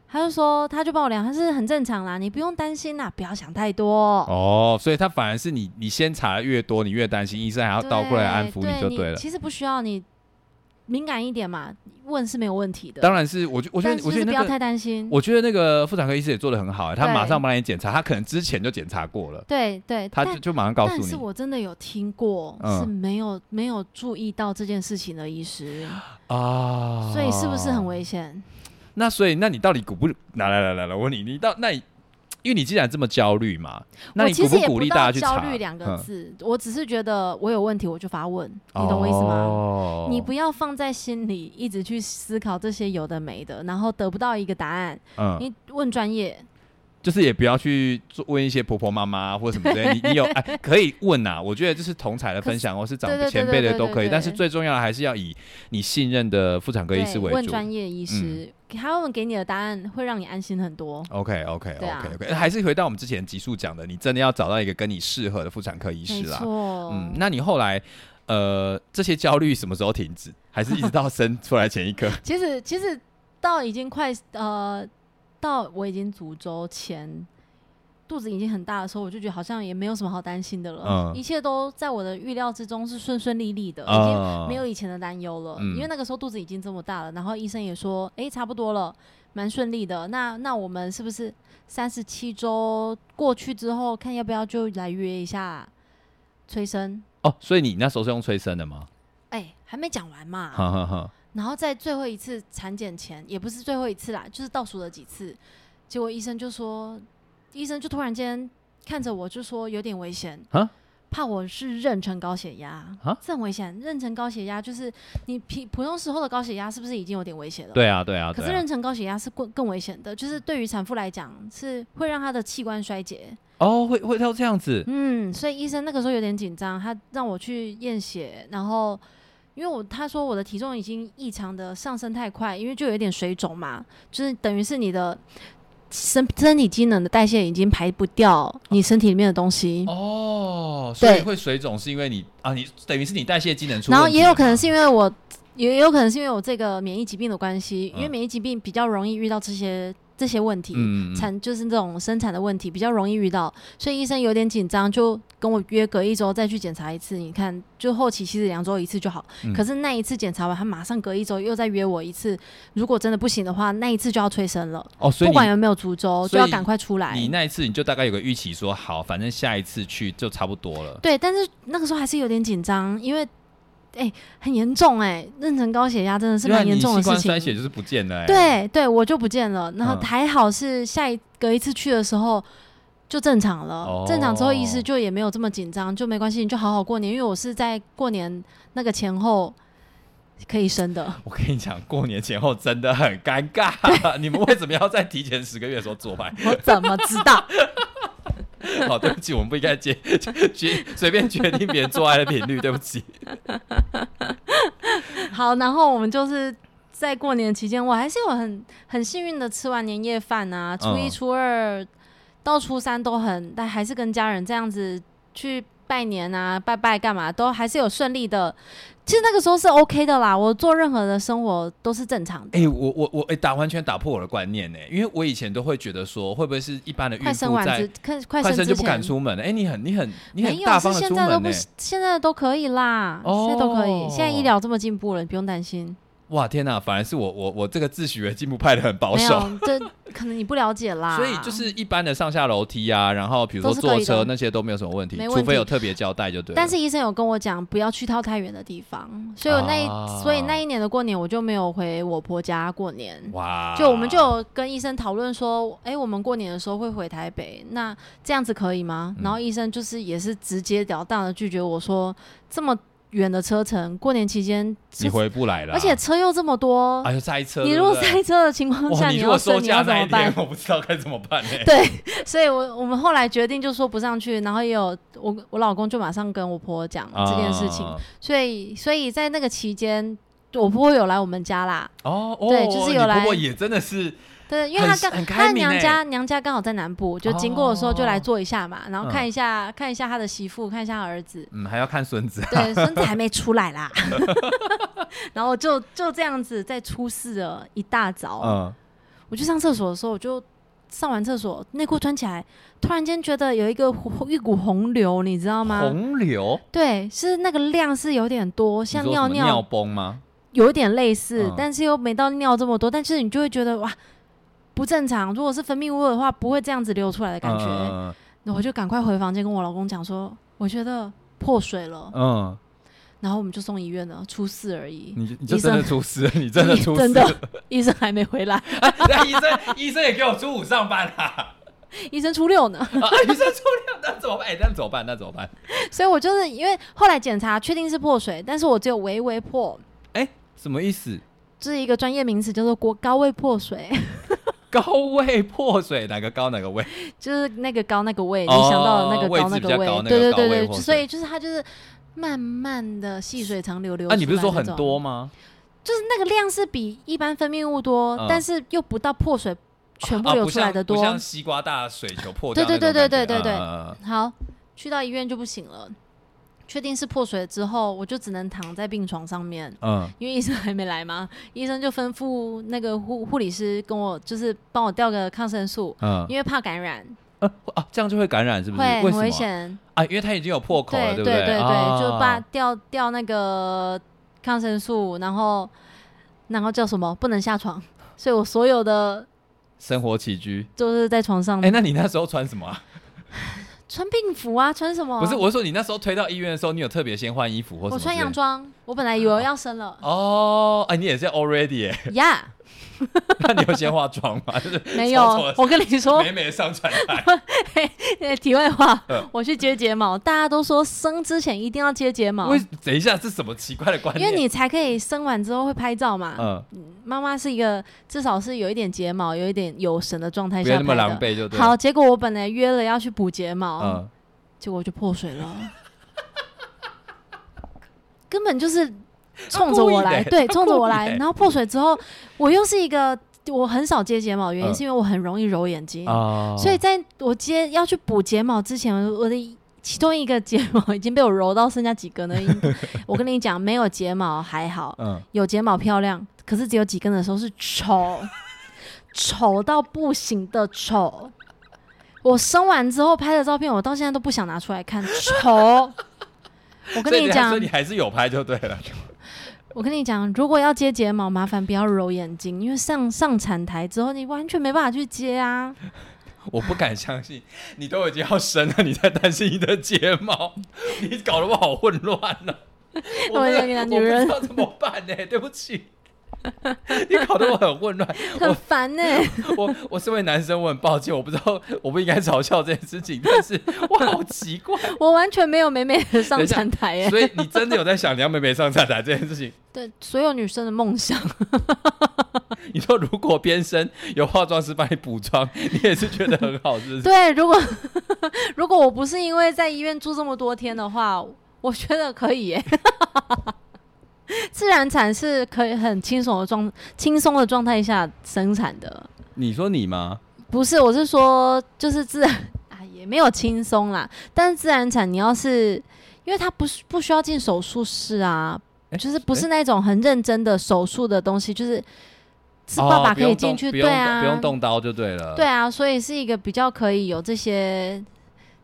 [SPEAKER 1] 他就说，他就帮我量，他是很正常啦，你不用担心啦，不要想太多。
[SPEAKER 2] 哦，所以它反而是你你先查的越多，你越担心，医生还要啊倒过来安抚
[SPEAKER 1] 对
[SPEAKER 2] 你就对
[SPEAKER 1] 你
[SPEAKER 2] 了。
[SPEAKER 1] 其实不需要你敏感一点嘛，问是没有问题的。
[SPEAKER 2] 当然是，我觉我觉
[SPEAKER 1] 但
[SPEAKER 2] 得
[SPEAKER 1] 是
[SPEAKER 2] 我
[SPEAKER 1] 就
[SPEAKER 2] 觉
[SPEAKER 1] 是不
[SPEAKER 2] 得那
[SPEAKER 1] 要
[SPEAKER 2] 个
[SPEAKER 1] 太担心。
[SPEAKER 2] 我觉得那个妇产科医师也做的很好、欸，他
[SPEAKER 1] 对
[SPEAKER 2] 马上帮你检查，他可能之前就检查过了，
[SPEAKER 1] 对对，
[SPEAKER 2] 他就
[SPEAKER 1] 但
[SPEAKER 2] 就马上告诉
[SPEAKER 1] 但是
[SPEAKER 2] 你。
[SPEAKER 1] 我真的有听过、
[SPEAKER 2] 嗯
[SPEAKER 1] 是没有没有注意到这件事情的医师，
[SPEAKER 2] 啊，
[SPEAKER 1] 所以是不是很？危险？
[SPEAKER 2] 那所以，那你到底鼓不？来来来来来，我问你，你到那你，因为你既然这么焦虑嘛，那
[SPEAKER 1] 我
[SPEAKER 2] 你
[SPEAKER 1] 其
[SPEAKER 2] 鼓
[SPEAKER 1] 实
[SPEAKER 2] 不
[SPEAKER 1] 也
[SPEAKER 2] 鼓
[SPEAKER 1] 不
[SPEAKER 2] 励大
[SPEAKER 1] 到
[SPEAKER 2] 家去查？
[SPEAKER 1] 焦虑两个
[SPEAKER 2] 嗯，
[SPEAKER 1] 字、我只是觉得我有问题我就发问，你懂我意思吗？
[SPEAKER 2] 哦
[SPEAKER 1] 你不要放在心里，一直去思考这些有的没的，然后得不到一个答案，
[SPEAKER 2] 嗯，
[SPEAKER 1] 你问专业。
[SPEAKER 2] 就是也不要去做问一些婆婆妈妈或者什么 之类，你你有哎可以问呐、我觉得就是同才的分享或是长
[SPEAKER 1] 对对对
[SPEAKER 2] 前辈的
[SPEAKER 1] 对对
[SPEAKER 2] 都可以，
[SPEAKER 1] 对
[SPEAKER 2] 但是最重要的还是要以你信任的妇产科医
[SPEAKER 1] 对，
[SPEAKER 2] 师为
[SPEAKER 1] 问
[SPEAKER 2] 主。嗯
[SPEAKER 1] 专业医师，他们给你的答案会让你安心很多。
[SPEAKER 2] OK OK
[SPEAKER 1] 对
[SPEAKER 2] OK
[SPEAKER 1] 啊
[SPEAKER 2] OK，、还是回到我们之前集数讲的，你真的要找到一个跟你适合的妇产科医
[SPEAKER 1] 没
[SPEAKER 2] 师啦。
[SPEAKER 1] 错，
[SPEAKER 2] 嗯，那你后来呃，这些焦虑什么时候停止？还是一直到生 出来前一 刻？
[SPEAKER 1] 其实其实到已经快呃，到我已经足周前，肚子已经很大的时候，我就觉得好像也没有什么好担心的了，
[SPEAKER 2] 嗯
[SPEAKER 1] 一切都在我的预料之中，是顺顺利利的，已经
[SPEAKER 2] 啊
[SPEAKER 1] 没有以前的担忧了。
[SPEAKER 2] 嗯
[SPEAKER 1] 因为那个时候肚子已经这么大了，然后医生也说，诶，差不多了，蛮顺利的。那那我们是不是三十七周过去之后，看要不要就来约一下催生？
[SPEAKER 2] 哦，所以你那时候是用催生的吗？
[SPEAKER 1] 哎、还没讲完嘛。
[SPEAKER 2] 哈哈哈，
[SPEAKER 1] 然后在最后一次产检前，也不是最后一次啦，就是倒数了几次，结果医生就说，医生就突然间看着我就说有点危险
[SPEAKER 2] 啊
[SPEAKER 1] 怕我是妊娠高血压
[SPEAKER 2] 啊
[SPEAKER 1] 这很危险。妊娠高血压就是你平普通时候的高血压是不是已经有点危险了？。
[SPEAKER 2] 对啊对啊
[SPEAKER 1] 可
[SPEAKER 2] 对
[SPEAKER 1] 是
[SPEAKER 2] 啊
[SPEAKER 1] 妊。娠高血压是更更危险的，就是对于产妇来讲是会让她的器官衰竭。
[SPEAKER 2] 哦，会会到这样子，
[SPEAKER 1] 嗯，所以医生那个时候有点紧张，他让我去验血，然后因为我他说我的体重已经异常的上升太快，因为就有点水肿嘛，就是等于是你的身身体机能的代谢已经排不掉你身体里面的东西。
[SPEAKER 2] 哦，所以
[SPEAKER 1] 嗯对
[SPEAKER 2] 会水肿是因为你啊，你等于是你代谢机能出问题了
[SPEAKER 1] 然
[SPEAKER 2] 吗，
[SPEAKER 1] 后也有可能是因为我，也也有可能是因为我这个免疫疾病的关系，因为
[SPEAKER 2] 嗯
[SPEAKER 1] 免疫疾病比较容易遇到这些这些问题。
[SPEAKER 2] 嗯，嗯嗯
[SPEAKER 1] 产就是这种生产的问题比较容易遇到，所以医生有点紧张，就跟我约隔一周再去检查一次。你看，就后期其实两周一次就好，
[SPEAKER 2] 嗯
[SPEAKER 1] 可是那一次检查完，他马上隔一周又再约我一次。如果真的不行的话，那一次就要催生了，
[SPEAKER 2] 哦，所以
[SPEAKER 1] 不
[SPEAKER 2] 你
[SPEAKER 1] 管有没有足周，就
[SPEAKER 2] 所以
[SPEAKER 1] 要赶快出来。
[SPEAKER 2] 你那一次你就大概有个预期说好，反正下一次去就差不多了。
[SPEAKER 1] 对，但是那个时候还是有点紧张，因为哎、很严重哎、妊娠高血压真的是
[SPEAKER 2] 因为
[SPEAKER 1] 蛮
[SPEAKER 2] 你
[SPEAKER 1] 严重的
[SPEAKER 2] 器
[SPEAKER 1] 事
[SPEAKER 2] 官
[SPEAKER 1] 情
[SPEAKER 2] 衰。竭就是不见了、欸。，
[SPEAKER 1] 对对，我就不见了。然后
[SPEAKER 2] 嗯
[SPEAKER 1] 还好是下一隔一次去的时候就正常了，正常之后医
[SPEAKER 2] 哦
[SPEAKER 1] 师就也没有这么紧张，就没关系，你就好好过年。因为我是在过年那个前后可以生的，
[SPEAKER 2] 我跟你讲，过年前后真的很尴尬。 你们为什么要在提前十个月的时候做派？
[SPEAKER 1] 我怎么知道？
[SPEAKER 2] 好，对不起，我们不应该 决决随便决定别人做爱的频率，对不起。
[SPEAKER 1] 好，然后我们就是。在过年期间，我还是有很很幸运的吃完年夜饭啊，初一、
[SPEAKER 2] 嗯
[SPEAKER 1] 初二到初三都很，但还是跟家人这样子去拜年啊、拜拜干嘛，都还是有顺利的。其实那个时候是 OK 的啦，我做任何的生活都是正常的。
[SPEAKER 2] 哎、我我我哎、打完全打破我的观念呢、因为我以前都会觉得说，会不会是一般的孕
[SPEAKER 1] 快生
[SPEAKER 2] 妇
[SPEAKER 1] 完
[SPEAKER 2] 在
[SPEAKER 1] 之，快快
[SPEAKER 2] 快
[SPEAKER 1] 生
[SPEAKER 2] 生就
[SPEAKER 1] 之
[SPEAKER 2] 不敢
[SPEAKER 1] 前，
[SPEAKER 2] 出门了？哎、你很你很你
[SPEAKER 1] 没
[SPEAKER 2] 很
[SPEAKER 1] 有
[SPEAKER 2] 大
[SPEAKER 1] 是
[SPEAKER 2] 方的
[SPEAKER 1] 现
[SPEAKER 2] 出
[SPEAKER 1] 在都
[SPEAKER 2] 门
[SPEAKER 1] 不
[SPEAKER 2] 呢、
[SPEAKER 1] 现在都可以啦，现在都可以，现在医
[SPEAKER 2] 哦
[SPEAKER 1] 疗这么进步了，你不用担心。
[SPEAKER 2] 哇天哪，反而是我我我这个自诩为进步派的很保
[SPEAKER 1] 没
[SPEAKER 2] 守。
[SPEAKER 1] 有，这可能你不了解啦。
[SPEAKER 2] 所以就是一般的上下楼梯啊，然后比如说
[SPEAKER 1] 都是可以
[SPEAKER 2] 坐
[SPEAKER 1] 的
[SPEAKER 2] 车那些都没有什么问题，
[SPEAKER 1] 没问题
[SPEAKER 2] 除非有特别交代就对了。
[SPEAKER 1] 但是医生有跟我讲，不要去到太远的地方，所以我那一、
[SPEAKER 2] 啊
[SPEAKER 1] 所以那一年的过年我就没有回我婆家过年。
[SPEAKER 2] 哇，
[SPEAKER 1] 就我们就有跟医生讨论说，哎、我们过年的时候会回台北，那这样子可以吗？
[SPEAKER 2] 嗯
[SPEAKER 1] 然后医生就是也是直截了当的拒绝我说，这么远的车程，过年期间
[SPEAKER 2] 你，回不来了，
[SPEAKER 1] 而且车又这么多，
[SPEAKER 2] 哎呦塞车，
[SPEAKER 1] 你如果塞车的情况
[SPEAKER 2] 对不对
[SPEAKER 1] 下，
[SPEAKER 2] 哇，如
[SPEAKER 1] 要
[SPEAKER 2] 果收
[SPEAKER 1] 生，你
[SPEAKER 2] 假
[SPEAKER 1] 要怎
[SPEAKER 2] 那
[SPEAKER 1] 么
[SPEAKER 2] 一
[SPEAKER 1] 办
[SPEAKER 2] 天，？我不知道该怎么办呢、
[SPEAKER 1] 对， 所以我我们后来决定就说不上去，然后也有我我老公就马上跟我婆讲这件事情，
[SPEAKER 2] 啊
[SPEAKER 1] 所以所以在那个期间，我婆婆有来我们家啦，
[SPEAKER 2] 哦，哦
[SPEAKER 1] 对就是
[SPEAKER 2] 你
[SPEAKER 1] 有来
[SPEAKER 2] 婆婆也真的是
[SPEAKER 1] 对，因为她
[SPEAKER 2] 很
[SPEAKER 1] 刚
[SPEAKER 2] 很开
[SPEAKER 1] 她的
[SPEAKER 2] 明
[SPEAKER 1] 娘
[SPEAKER 2] 欸
[SPEAKER 1] 家娘家刚好在南部，就经过的时候就来坐一下嘛，然后看
[SPEAKER 2] 嗯，
[SPEAKER 1] 一下、看一下她的媳妇，看一下她儿子
[SPEAKER 2] 嗯，还要看孙子，
[SPEAKER 1] 对，孙子还没出来啦， 然后就就这样子，在初四的一大早，
[SPEAKER 2] 嗯，
[SPEAKER 1] 我去上厕所的时候，我就上完厕所内裤穿起来，突然间觉得有一个红一股洪流，你知道吗？
[SPEAKER 2] 洪流，
[SPEAKER 1] 对，是那个量是有点多，像
[SPEAKER 2] 你说
[SPEAKER 1] 尿
[SPEAKER 2] 什么尿崩吗？
[SPEAKER 1] 有点类似，
[SPEAKER 2] 嗯
[SPEAKER 1] 但是又没到尿这么多，但是你就会觉得哇。不正常，如果是分泌物的话，不会这样子流出来的感觉。
[SPEAKER 2] 嗯
[SPEAKER 1] 那我就赶快回房间跟我老公讲说，我觉得破水了，
[SPEAKER 2] 嗯，
[SPEAKER 1] 然后我们就送医院了，初四而已。
[SPEAKER 2] 你就你就真的
[SPEAKER 1] 医
[SPEAKER 2] 出事了， 你真的出事
[SPEAKER 1] 真
[SPEAKER 2] 了，
[SPEAKER 1] 的，医生还没回来，
[SPEAKER 2] 那医生医生也给我初五上班啦，
[SPEAKER 1] 医生初六呢。
[SPEAKER 2] 啊， 医生初六那怎么办？哎，那怎么办？那怎么办？
[SPEAKER 1] 所以我就是因为后来检查确定是破水，但是我只有微微破，
[SPEAKER 2] 哎，什么意思？
[SPEAKER 1] 这是一个专业名词，叫做高高位破水，
[SPEAKER 2] 高位破水，哪个高哪个位？
[SPEAKER 1] 就是那个高那个位，
[SPEAKER 2] 哦
[SPEAKER 1] 你想到的那个
[SPEAKER 2] 位置
[SPEAKER 1] 那
[SPEAKER 2] 比
[SPEAKER 1] 个
[SPEAKER 2] 较
[SPEAKER 1] 位，
[SPEAKER 2] 高那个
[SPEAKER 1] 对对
[SPEAKER 2] 高
[SPEAKER 1] 对
[SPEAKER 2] 位
[SPEAKER 1] 对，
[SPEAKER 2] 破
[SPEAKER 1] 就
[SPEAKER 2] 水
[SPEAKER 1] 所以就是它就是慢慢的细水长流流出来
[SPEAKER 2] 啊，
[SPEAKER 1] 那种。
[SPEAKER 2] 你不是说很多吗？
[SPEAKER 1] 就是那个量是比一般分泌物多，
[SPEAKER 2] 嗯
[SPEAKER 1] 但是又不到破水全部
[SPEAKER 2] 啊
[SPEAKER 1] 流
[SPEAKER 2] 不
[SPEAKER 1] 出来
[SPEAKER 2] 像
[SPEAKER 1] 的
[SPEAKER 2] 不
[SPEAKER 1] 多。
[SPEAKER 2] 像西瓜大水球破
[SPEAKER 1] 对
[SPEAKER 2] 掉
[SPEAKER 1] 对
[SPEAKER 2] 那种
[SPEAKER 1] 对对
[SPEAKER 2] 感觉
[SPEAKER 1] 对对对
[SPEAKER 2] 嗯嗯嗯
[SPEAKER 1] 好，去到医院就不行了，确定是破水之后，我就只能躺在病床上面。
[SPEAKER 2] 嗯，
[SPEAKER 1] 因为医生还没来嘛， 医生就吩咐那个护护理师跟我，就是帮我调个抗生素，
[SPEAKER 2] 嗯，
[SPEAKER 1] 因为怕感染，
[SPEAKER 2] 呃啊，这样就会感染，是不是？
[SPEAKER 1] 会
[SPEAKER 2] 为
[SPEAKER 1] 很
[SPEAKER 2] 什么
[SPEAKER 1] 危险。
[SPEAKER 2] 啊？因为它已经有破口了，
[SPEAKER 1] 对
[SPEAKER 2] 不对？
[SPEAKER 1] 对，
[SPEAKER 2] 啊
[SPEAKER 1] 就把调调那个抗生素，然后然后叫什么不能下床，所以我所有的
[SPEAKER 2] 生活起居。
[SPEAKER 1] 都是在床上、
[SPEAKER 2] 哎，那你那时候穿什么啊？
[SPEAKER 1] 穿病服啊，穿什么？
[SPEAKER 2] 不是，我是说你那时候推到医院的时候，你有特别先换衣服或什么
[SPEAKER 1] 我
[SPEAKER 2] 之类的？
[SPEAKER 1] 穿洋装，我本来以为我要生了
[SPEAKER 2] 哦，哎，你也是 already 耶？
[SPEAKER 1] 呀
[SPEAKER 2] 那你有先化妆吗？就是
[SPEAKER 1] 没有
[SPEAKER 2] 超丑的，
[SPEAKER 1] 我跟你说，
[SPEAKER 2] 美美的上传来。
[SPEAKER 1] 题外话
[SPEAKER 2] 嗯，
[SPEAKER 1] 我去接睫毛，大家都说生之前一定要接睫毛，
[SPEAKER 2] 为等一下是什么奇怪的观
[SPEAKER 1] 嗯因
[SPEAKER 2] 念？
[SPEAKER 1] 为你才可以生完之后会拍照嘛。
[SPEAKER 2] 嗯，
[SPEAKER 1] 妈妈是一个至少是有一点睫毛、有一点有神的状态
[SPEAKER 2] 不
[SPEAKER 1] 下
[SPEAKER 2] 要
[SPEAKER 1] 拍
[SPEAKER 2] 那
[SPEAKER 1] 的。
[SPEAKER 2] 么狼狈就对。
[SPEAKER 1] 好，，结果我本来约了要去补睫毛，
[SPEAKER 2] 嗯，
[SPEAKER 1] 结果就破水了， 根本就是冲着我来，
[SPEAKER 2] 啊他故意的
[SPEAKER 1] 对，
[SPEAKER 2] 他
[SPEAKER 1] 冲着我来
[SPEAKER 2] 故意。的
[SPEAKER 1] 然后破水之后，我又是一个我很少接睫毛，原因
[SPEAKER 2] 嗯
[SPEAKER 1] 是因为我很容易揉眼睛，
[SPEAKER 2] 哦，
[SPEAKER 1] 所以在我接要去补睫毛之前，我的其中一个睫毛已经被我揉到剩下几根了。我跟你讲，没有睫毛还好，
[SPEAKER 2] 嗯，
[SPEAKER 1] 有睫毛漂亮，可是只有几根的时候是丑，丑到不行的丑。我生完之后拍的照片，我到现在都不想拿出来看，丑。我跟
[SPEAKER 2] 所以
[SPEAKER 1] 你
[SPEAKER 2] 你还
[SPEAKER 1] 讲
[SPEAKER 2] 所以，你还是有拍就对了。
[SPEAKER 1] 我跟你讲，如果要接睫毛，麻烦不要揉眼睛，因为上上产台之后，你完全没办法去接啊。
[SPEAKER 2] 我不敢相信，你都已经要生了，你在担心你的睫毛，你搞得我好混乱 了。
[SPEAKER 1] 我
[SPEAKER 2] 不知
[SPEAKER 1] 跟你讲女人
[SPEAKER 2] 我不知道怎么办呢、对不起，你搞得我很混乱。
[SPEAKER 1] 很烦呢、欸
[SPEAKER 2] 我我身为男生，我很抱歉，我不知道我不应该嘲笑这件事情，但是我好奇 怪。
[SPEAKER 1] 我完全没有美美的上产台耶、
[SPEAKER 2] 所以你真的有在想梁美美上站台这件事情？
[SPEAKER 1] 对，所有女生的梦想，
[SPEAKER 2] 你说如果边生有化妆师帮你补妆，你也是觉得很好，是 不是？
[SPEAKER 1] 对，如果 如果我不是因为在医院住这么多天的话，我觉得可以耶、 自然产是可以很轻松的状轻松的状态下生产的，
[SPEAKER 2] 你说你吗？
[SPEAKER 1] 不是，我是说就是自然 啊也没有轻松啦，但是自然产你要是因为它不是不需要进手术室啊，
[SPEAKER 2] 诶
[SPEAKER 1] 就是不是那种很认真的手术的东西，就是是爸爸
[SPEAKER 2] 哦
[SPEAKER 1] 可以进去，
[SPEAKER 2] 不
[SPEAKER 1] 对
[SPEAKER 2] 用动不用
[SPEAKER 1] 啊，
[SPEAKER 2] 动不用动刀就对了。
[SPEAKER 1] 对啊，所以是一个比较可以有这些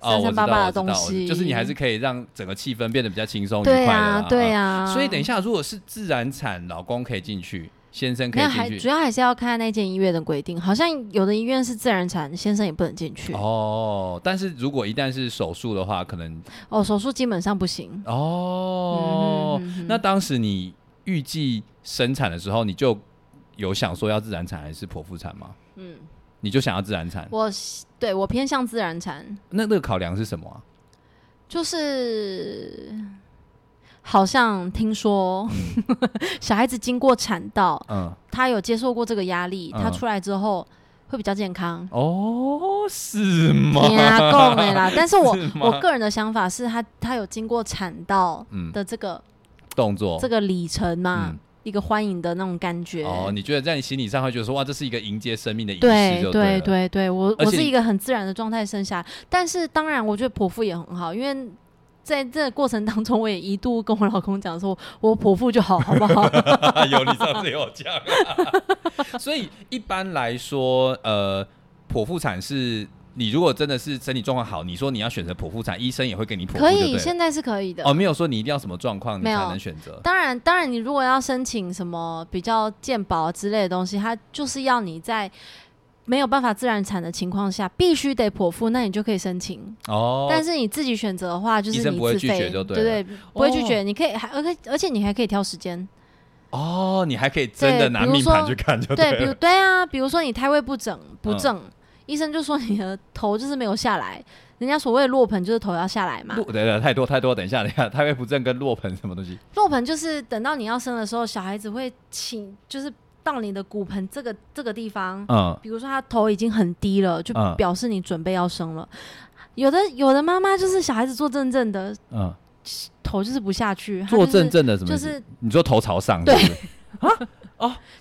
[SPEAKER 2] 哦，
[SPEAKER 1] 三
[SPEAKER 2] 我
[SPEAKER 1] 三
[SPEAKER 2] 知
[SPEAKER 1] 八
[SPEAKER 2] 道
[SPEAKER 1] 八
[SPEAKER 2] 我
[SPEAKER 1] 的
[SPEAKER 2] 知道
[SPEAKER 1] 东
[SPEAKER 2] 我知
[SPEAKER 1] 西，
[SPEAKER 2] 就是你还是可以让整个气氛变得比较轻松愉快
[SPEAKER 1] 对
[SPEAKER 2] 的
[SPEAKER 1] 啊
[SPEAKER 2] 啦。，
[SPEAKER 1] 对
[SPEAKER 2] 啊。
[SPEAKER 1] 啊。
[SPEAKER 2] 所以等一下，如果是自然产，老公可以进去，先生可
[SPEAKER 1] 没有
[SPEAKER 2] 以
[SPEAKER 1] 还
[SPEAKER 2] 进
[SPEAKER 1] 主
[SPEAKER 2] 去。
[SPEAKER 1] 要还是要看那间医院的规定，好像有的医院是自然产，先生也不能进去。
[SPEAKER 2] 哦，但是如果一旦是手术的话，可能
[SPEAKER 1] 哦，手术基本上不行。
[SPEAKER 2] 哦，
[SPEAKER 1] 嗯哼
[SPEAKER 2] 那当时你预计生产的时候，你就有想说要自然产还是剖腹产吗？
[SPEAKER 1] 嗯，
[SPEAKER 2] 你就想要自然产，
[SPEAKER 1] 我对我偏向自然产，
[SPEAKER 2] 那那个考量是什么啊？
[SPEAKER 1] 就是好像听说 小孩子经过产道，
[SPEAKER 2] 嗯，
[SPEAKER 1] 他有接受过这个压力，
[SPEAKER 2] 嗯
[SPEAKER 1] 他出来之后会比较健康。
[SPEAKER 2] 哦， 是吗？
[SPEAKER 1] 呀，够没啦！但是我
[SPEAKER 2] 是吗
[SPEAKER 1] 我个人的想法是他他有经过产道
[SPEAKER 2] 嗯，
[SPEAKER 1] 的这个、
[SPEAKER 2] 动作
[SPEAKER 1] 这个里程嘛，
[SPEAKER 2] 嗯
[SPEAKER 1] 一个欢迎的那种感觉。
[SPEAKER 2] 哦，你觉得在你心理上会觉得说，哇，这是一个迎接生命的仪式
[SPEAKER 1] 对
[SPEAKER 2] 就
[SPEAKER 1] 对
[SPEAKER 2] 了。
[SPEAKER 1] 对对，我
[SPEAKER 2] 而
[SPEAKER 1] 我是
[SPEAKER 2] 且你
[SPEAKER 1] 一个很自然的状态生下来，但是当然我觉得剖腹也很好，因为。在这个过程当中，我也一度跟我老公讲说，我剖腹就好，好不好？
[SPEAKER 2] 有你上次有讲、啊所以一般来说，呃，剖腹产是你如果真的是身体状况好，你说你要选择剖腹产，医生也会给你剖腹，
[SPEAKER 1] 可
[SPEAKER 2] 对
[SPEAKER 1] 以，
[SPEAKER 2] 不对？
[SPEAKER 1] 现在是可以的。
[SPEAKER 2] 哦，没有说你一定要什么状况你
[SPEAKER 1] 没
[SPEAKER 2] 才
[SPEAKER 1] 有
[SPEAKER 2] 能选择。
[SPEAKER 1] 当然，当然，你如果要申请什么比较健保啊之类的东西，它就是要你在没有办法自然产的情况下，必须得剖腹，那你就可以申请。
[SPEAKER 2] 哦，
[SPEAKER 1] 但是你自己选择的话，就
[SPEAKER 2] 医
[SPEAKER 1] 是
[SPEAKER 2] 生
[SPEAKER 1] 你
[SPEAKER 2] 不会
[SPEAKER 1] 自
[SPEAKER 2] 拒绝
[SPEAKER 1] 费，
[SPEAKER 2] 就
[SPEAKER 1] 对
[SPEAKER 2] 对
[SPEAKER 1] 对，不会拒绝。你可以还而且而且你还可以挑时间，
[SPEAKER 2] 哦，你还可以真的
[SPEAKER 1] 对
[SPEAKER 2] 拿
[SPEAKER 1] 比如
[SPEAKER 2] 命盘
[SPEAKER 1] 说
[SPEAKER 2] 去看 就
[SPEAKER 1] 对，
[SPEAKER 2] 了。
[SPEAKER 1] 比如对啊，比如说你胎位不整
[SPEAKER 2] 嗯
[SPEAKER 1] 不正，医生就说你的头就是没有下来，人家所谓的落盆就是头要下来嘛
[SPEAKER 2] 落，等等，太多太多，等一下等一下，胎位不正跟落盆什么东西？
[SPEAKER 1] 落盆就是等到你要生的时候，小孩子会请就是到你的骨盆这个这个地方，
[SPEAKER 2] 嗯，
[SPEAKER 1] 比如说他头已经很低了，就
[SPEAKER 2] 嗯
[SPEAKER 1] 表示你准备要生了。有的有的妈妈就是小孩子坐正正的，
[SPEAKER 2] 嗯，
[SPEAKER 1] 头就是不下去，她
[SPEAKER 2] 坐
[SPEAKER 1] 就是
[SPEAKER 2] 正正的什么意
[SPEAKER 1] 就
[SPEAKER 2] 思？
[SPEAKER 1] 是
[SPEAKER 2] 你说头朝上是不是，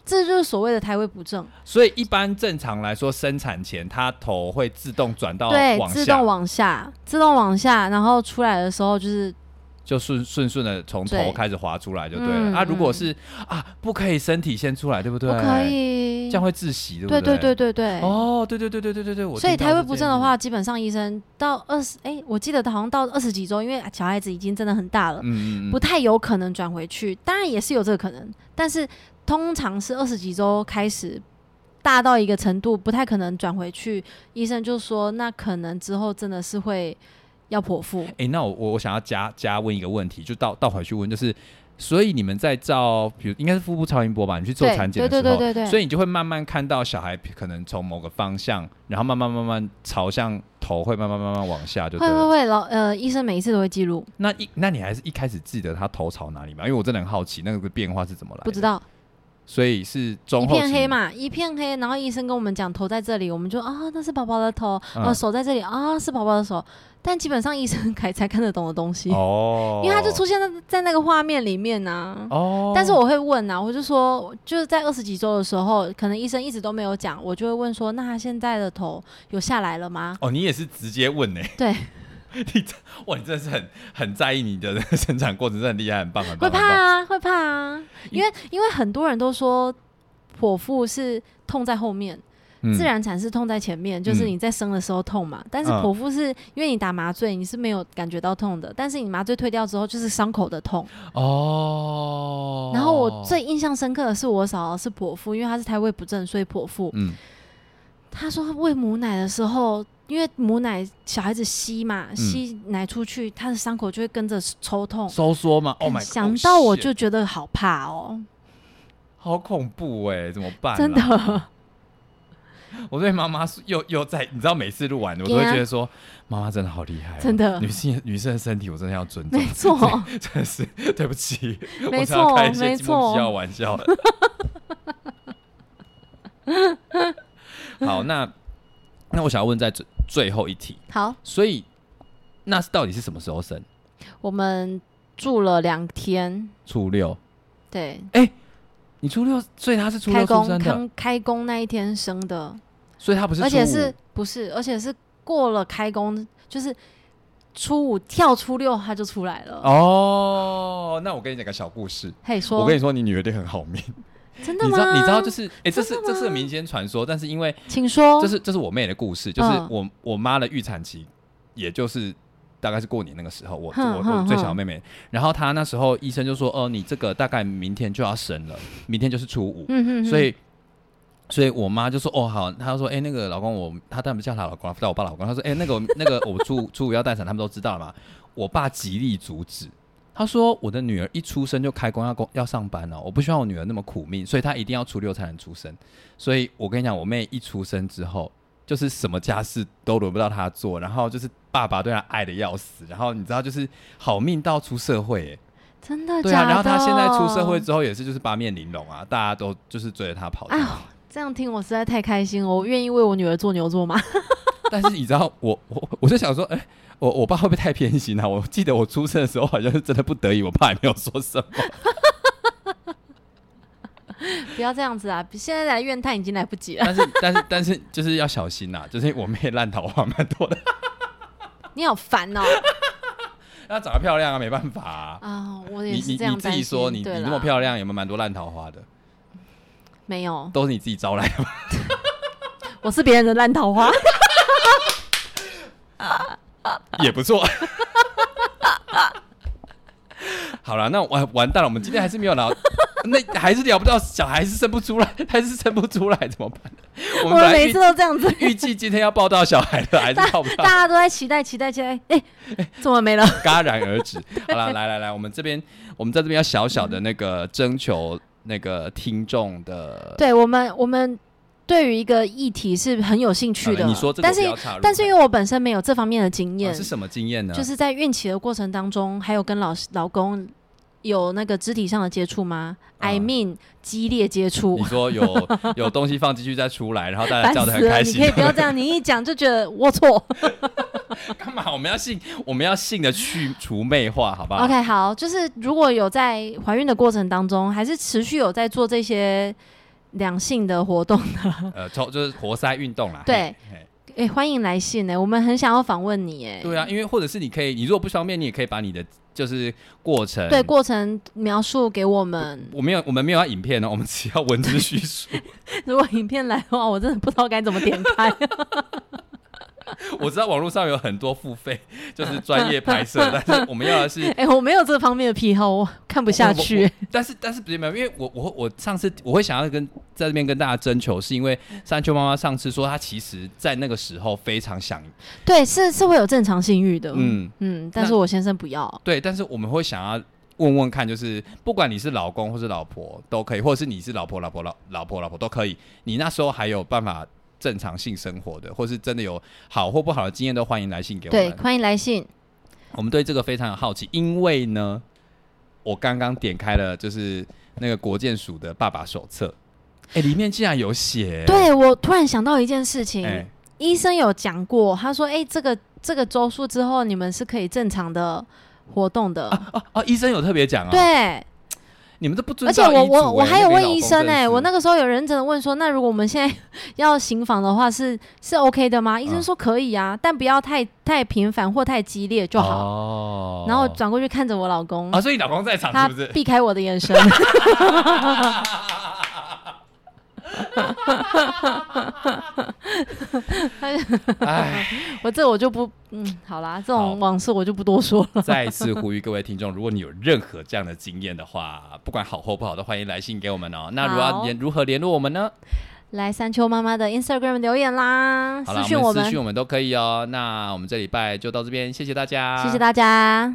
[SPEAKER 1] 这就是所谓的胎位不正，
[SPEAKER 2] 所以一般正常来说，生产前它头会自动转到
[SPEAKER 1] 对，
[SPEAKER 2] 往
[SPEAKER 1] 自动
[SPEAKER 2] 下，
[SPEAKER 1] 往下，自动往下，然后出来的时候就是
[SPEAKER 2] 就顺顺顺的从头
[SPEAKER 1] 对
[SPEAKER 2] 开始滑出来就对
[SPEAKER 1] 嗯
[SPEAKER 2] 了。啊，如果
[SPEAKER 1] 嗯
[SPEAKER 2] 是啊，不可以身体先出来，对不对？
[SPEAKER 1] 不可，以
[SPEAKER 2] 这，样会窒息，对不
[SPEAKER 1] 对对
[SPEAKER 2] 对
[SPEAKER 1] 对对对。
[SPEAKER 2] 哦，对对对对对对对，我
[SPEAKER 1] 所以
[SPEAKER 2] 听到
[SPEAKER 1] 胎位
[SPEAKER 2] 是
[SPEAKER 1] 不
[SPEAKER 2] 这
[SPEAKER 1] 正的
[SPEAKER 2] 样
[SPEAKER 1] 话，基本上医生到二十，哎，我记得好像到二十几周，因为小孩子已经真的很大了
[SPEAKER 2] 子，，嗯嗯嗯，
[SPEAKER 1] 不太有可能转回去，当然也是有这个可能，但是通常是二十几周开始大到一个程度，不太可能转回去。医生就说，那可能之后真的是会要剖腹。
[SPEAKER 2] 哎、那我我我想要加加问一个问题，就倒倒回去问，就是所以你们在照，比如应该是腹部超音波吧，你去做
[SPEAKER 1] 对
[SPEAKER 2] 产检
[SPEAKER 1] 对
[SPEAKER 2] 的时候，
[SPEAKER 1] 对对对对，
[SPEAKER 2] 所以你就会慢慢看到小孩可能从某个方向，然后慢慢慢慢朝向头会慢慢慢慢往下，就对
[SPEAKER 1] 会会
[SPEAKER 2] 了。
[SPEAKER 1] 会老呃，医生每一次都会记录，
[SPEAKER 2] 那一那你还是一开始记得他头朝哪里吗？因为我真的很好奇那个变化是怎么来的，
[SPEAKER 1] 不知。道
[SPEAKER 2] 所以是
[SPEAKER 1] 一
[SPEAKER 2] 中后
[SPEAKER 1] 片
[SPEAKER 2] 期
[SPEAKER 1] 黑嘛，一片黑，然后医生跟我们讲头在这里，我们就啊那是宝宝的头，
[SPEAKER 2] 嗯
[SPEAKER 1] 哦手在这里啊是宝宝的手，但基本上医生 才才看得懂的东西，
[SPEAKER 2] 哦，
[SPEAKER 1] 因为他就出现在在那个画面里面呐、
[SPEAKER 2] 哦，
[SPEAKER 1] 但是我会问啊，我就说，就是在二十几周的时候，可能医生一直都没有讲，我就会问说，那他现在的头有下来了吗？
[SPEAKER 2] 哦，你也是直接问呢、
[SPEAKER 1] 对，
[SPEAKER 2] 你这哇，你真的是很很在意你的那个生产过程，真的很厉害，很棒，很
[SPEAKER 1] 会
[SPEAKER 2] 棒，
[SPEAKER 1] 怕
[SPEAKER 2] 很棒
[SPEAKER 1] 啊，会怕啊，因为因为很多人都说剖腹是痛在后面，
[SPEAKER 2] 嗯
[SPEAKER 1] 自然产是痛在前面，就是
[SPEAKER 2] 嗯
[SPEAKER 1] 你在生的时候痛嘛。但是
[SPEAKER 2] 嗯
[SPEAKER 1] 剖腹是因为你打麻醉，你是没有感觉到痛的，但是你麻醉退掉之后，就是伤口的痛。
[SPEAKER 2] 哦。
[SPEAKER 1] 然后我最印象深刻的是，我嫂嫂是剖腹，因为她是胎位不正，所以剖腹。
[SPEAKER 2] 嗯
[SPEAKER 1] 他说喂母奶的时候，因为母奶小孩子吸嘛，
[SPEAKER 2] 嗯
[SPEAKER 1] 吸奶出去，他的伤口就会跟着抽痛。
[SPEAKER 2] 收缩嘛，Oh my，
[SPEAKER 1] 想
[SPEAKER 2] god，
[SPEAKER 1] 到
[SPEAKER 2] oh
[SPEAKER 1] 我
[SPEAKER 2] shit
[SPEAKER 1] 就觉得好怕哦，
[SPEAKER 2] 好恐怖哎、怎么办？
[SPEAKER 1] 真的，。
[SPEAKER 2] 我对妈妈是又又在，你知道每次录完我都会
[SPEAKER 1] Yeah
[SPEAKER 2] 觉得说，妈妈真的好厉害哦、
[SPEAKER 1] 啊真的
[SPEAKER 2] 女性女生的身体我真的要尊重
[SPEAKER 1] 没， 错，
[SPEAKER 2] 真的是对不起，
[SPEAKER 1] 没
[SPEAKER 2] 我常
[SPEAKER 1] 错
[SPEAKER 2] 开一些
[SPEAKER 1] 没
[SPEAKER 2] 鸡毛
[SPEAKER 1] 错
[SPEAKER 2] 笑玩笑。好，那那我想要问在最最后一题，
[SPEAKER 1] 好，
[SPEAKER 2] 所以那是到底是什么时候生？
[SPEAKER 1] 我们住了两天，
[SPEAKER 2] 初六，
[SPEAKER 1] 对，
[SPEAKER 2] 你初六，所以他是初
[SPEAKER 1] 开
[SPEAKER 2] 六出
[SPEAKER 1] 工
[SPEAKER 2] 生的，
[SPEAKER 1] 刚开工那一天生的，
[SPEAKER 2] 所以他不是初五，
[SPEAKER 1] 而且是不是？而且是过了开工，就是初五跳初六他就出来了。
[SPEAKER 2] 哦，那我跟你讲个小故事。
[SPEAKER 1] 嘿，说，
[SPEAKER 2] 我跟你说，你女儿一定很好命，
[SPEAKER 1] 真的
[SPEAKER 2] 你知道，
[SPEAKER 1] 吗？
[SPEAKER 2] 你知道，就是，哎、
[SPEAKER 1] 真
[SPEAKER 2] 这是
[SPEAKER 1] 的吗
[SPEAKER 2] 这是个民间传说，但是因为
[SPEAKER 1] 请说，
[SPEAKER 2] 这是这是我妹的故事，就是
[SPEAKER 1] 嗯
[SPEAKER 2] 我、我妈的预产期也就是大概是过年那个时候，我
[SPEAKER 1] 哼
[SPEAKER 2] 我
[SPEAKER 1] 哼
[SPEAKER 2] 我最小的
[SPEAKER 1] 哼
[SPEAKER 2] 妹妹，然后她那时候医生就说，哦、你这个大概明天就要生了，明天就是初五，
[SPEAKER 1] 嗯哼哼，
[SPEAKER 2] 所以。所以我妈就说：“哦，好。”她说：“哎、那个老公我，她当然不叫她老公，叫我爸老公。她说：‘哎、那个那个，我初初五要待产，他们都知道嘛。’我爸极力阻止，他说：‘我的女儿一出生就开工要工要上班了、哦我不希望我女儿那么苦命，所以她一定要初六才能出生。’所以我跟你讲，我妹一出生之后，就是什么家事都轮不到她做，然后就是爸爸对她爱的要死，然后你知道，就是好命到出社会、哎
[SPEAKER 1] 真的
[SPEAKER 2] 对
[SPEAKER 1] 假
[SPEAKER 2] 啊，
[SPEAKER 1] 的？
[SPEAKER 2] 然后她现在出社会之后也是就是八面玲珑啊，大家都就是追着她跑。
[SPEAKER 1] 哎呦，这样听我实在太开心了，我愿意为我女儿做牛做马。
[SPEAKER 2] 但是你知道，我我我就想说，哎、我我爸会不会太偏心啊？我记得我出生的时候好像是真的不得已，我爸也没有说什么。
[SPEAKER 1] 不要这样子啊！现在来怨叹已经来不及了。
[SPEAKER 2] 但是但是但是就是要小心呐、就是我妹烂桃花蛮多 的，
[SPEAKER 1] 你好烦 哦！
[SPEAKER 2] 她长得漂亮啊，没办法、啊。
[SPEAKER 1] 啊，我也
[SPEAKER 2] 你
[SPEAKER 1] 是
[SPEAKER 2] 你
[SPEAKER 1] 这样
[SPEAKER 2] 你自
[SPEAKER 1] 担
[SPEAKER 2] 己
[SPEAKER 1] 心。
[SPEAKER 2] 说，你你
[SPEAKER 1] 对
[SPEAKER 2] 那
[SPEAKER 1] 啦
[SPEAKER 2] 么漂亮，有没有蛮多烂桃花的？
[SPEAKER 1] 没有，
[SPEAKER 2] 都是你自己招来的吧？
[SPEAKER 1] 我是别人的烂桃花。
[SPEAKER 2] 也不错。好了，那完完蛋了，我们今天还是没有聊， 那还是聊不到，小孩是生不出来，还是生不出来，怎么办？
[SPEAKER 1] 我
[SPEAKER 2] 我们本
[SPEAKER 1] 们
[SPEAKER 2] 来
[SPEAKER 1] 每
[SPEAKER 2] 预
[SPEAKER 1] 一次都这样子，
[SPEAKER 2] 预计今天要报道小孩的，还是报不 到
[SPEAKER 1] 大，家都在期待，期待，期待。哎，怎么没了？
[SPEAKER 2] 戛然而止。好了，来来来，我们这边，我们在这边要小小的那个征求那个听众的，
[SPEAKER 1] 对我们，我们对于一个议题是很有兴趣
[SPEAKER 2] 好
[SPEAKER 1] 的。
[SPEAKER 2] 呃了你说这个
[SPEAKER 1] 但
[SPEAKER 2] 我不
[SPEAKER 1] 是
[SPEAKER 2] 要插入，哦
[SPEAKER 1] 但是因为我本身没有这方面的经验，
[SPEAKER 2] 啊是什么经验呢？
[SPEAKER 1] 就是在孕期的过程当中，还有跟老师老公有那个肢体上的接触吗、
[SPEAKER 2] 啊
[SPEAKER 1] i mean 激烈接触
[SPEAKER 2] 你。说有 有东西放进去再出来，然后 大家
[SPEAKER 1] 烦
[SPEAKER 2] 叫的
[SPEAKER 1] 死
[SPEAKER 2] 很
[SPEAKER 1] 了！
[SPEAKER 2] 开
[SPEAKER 1] 你
[SPEAKER 2] 心
[SPEAKER 1] 可以，不要这样，你一讲就觉得龌 龊。
[SPEAKER 2] 干嘛？我们要信，我们要信的去除魅化，好不好
[SPEAKER 1] OK，好，就是如果有在怀孕的过程当中，还是持续有在做这些两性的活动的，
[SPEAKER 2] 呃，抽就是活塞运动啦。
[SPEAKER 1] 对
[SPEAKER 2] 嘿。嘿
[SPEAKER 1] 哎、欢迎来信呢、我们很想要访问你、哎，
[SPEAKER 2] 对啊，因为或者是你可以，你如果不方便，你也可以把你的就是过程。
[SPEAKER 1] 对过程描述给我们。
[SPEAKER 2] 我没有，我们没有要影片哦，我们只要文字叙述。
[SPEAKER 1] 如果影片来的话，我真的不知道该怎么点 开。
[SPEAKER 2] 我知道网络上有很多付费，就是专业 拍摄，但是我们要的是，
[SPEAKER 1] 哎、我没有这方面的癖好，我看不下去、
[SPEAKER 2] 我。但是但是不是没有，因为我我我上次我会想要跟在这边跟大家征求，是因为山丘妈妈上次说她其实在那个时候非常想，
[SPEAKER 1] 对，是是会有正常性欲的。嗯
[SPEAKER 2] 嗯，
[SPEAKER 1] 嗯，但
[SPEAKER 2] 那
[SPEAKER 1] 是我先生不要。
[SPEAKER 2] 对，但是我们会想要。问问看，就是不管你是老公或是老婆都可以，或者是你是老婆、老婆、老老婆、老婆都可以。你那时候还有办法正常性生活的，或是真的有好或不好的经验，都欢迎来信给我
[SPEAKER 1] 对，
[SPEAKER 2] 们。
[SPEAKER 1] 欢迎来信。
[SPEAKER 2] 我们对这个非常有好奇，因为呢，我刚刚点开了就是那个国健署的爸爸手册，哎、里面竟然有写，
[SPEAKER 1] 对我突然想到一件事情，
[SPEAKER 2] 哎
[SPEAKER 1] 医生有讲过，他说：“哎、这个这个周数之后，你们是可以正常的活动的。
[SPEAKER 2] 哦哦，医生有特别讲啊，，
[SPEAKER 1] 对，
[SPEAKER 2] 你们都不尊
[SPEAKER 1] 而且
[SPEAKER 2] 重医嘱欸、
[SPEAKER 1] 我我我还有问医生
[SPEAKER 2] 哎、
[SPEAKER 1] 哎、我那个时候有认真的问说，那如果我们现在 要行房的话是，是 OK 的吗？医
[SPEAKER 2] 嗯
[SPEAKER 1] 生说可以啊，但不要太太频繁或太激烈就好。
[SPEAKER 2] 哦
[SPEAKER 1] 然后转过去看着我老公，
[SPEAKER 2] 啊，所以你老公在场
[SPEAKER 1] 他
[SPEAKER 2] 是不是？
[SPEAKER 1] 避开我的眼神，
[SPEAKER 2] 哎，
[SPEAKER 1] 我这我就不嗯，好啦，这
[SPEAKER 2] 好
[SPEAKER 1] 种往事我就不多说了。
[SPEAKER 2] 再一次呼吁各位听众，如果你有任何这样的经验的话，不管好或不好，都欢迎来信给我们哦。那如果要
[SPEAKER 1] 好
[SPEAKER 2] 联如何联络我们呢？
[SPEAKER 1] 来三秋妈妈的 Instagram 留言啦，
[SPEAKER 2] 好了，
[SPEAKER 1] 私讯
[SPEAKER 2] 我
[SPEAKER 1] 我
[SPEAKER 2] 们
[SPEAKER 1] 们
[SPEAKER 2] 私，讯我们都可以哦。那我们这礼拜就到这边，谢谢大家，
[SPEAKER 1] 谢谢大家。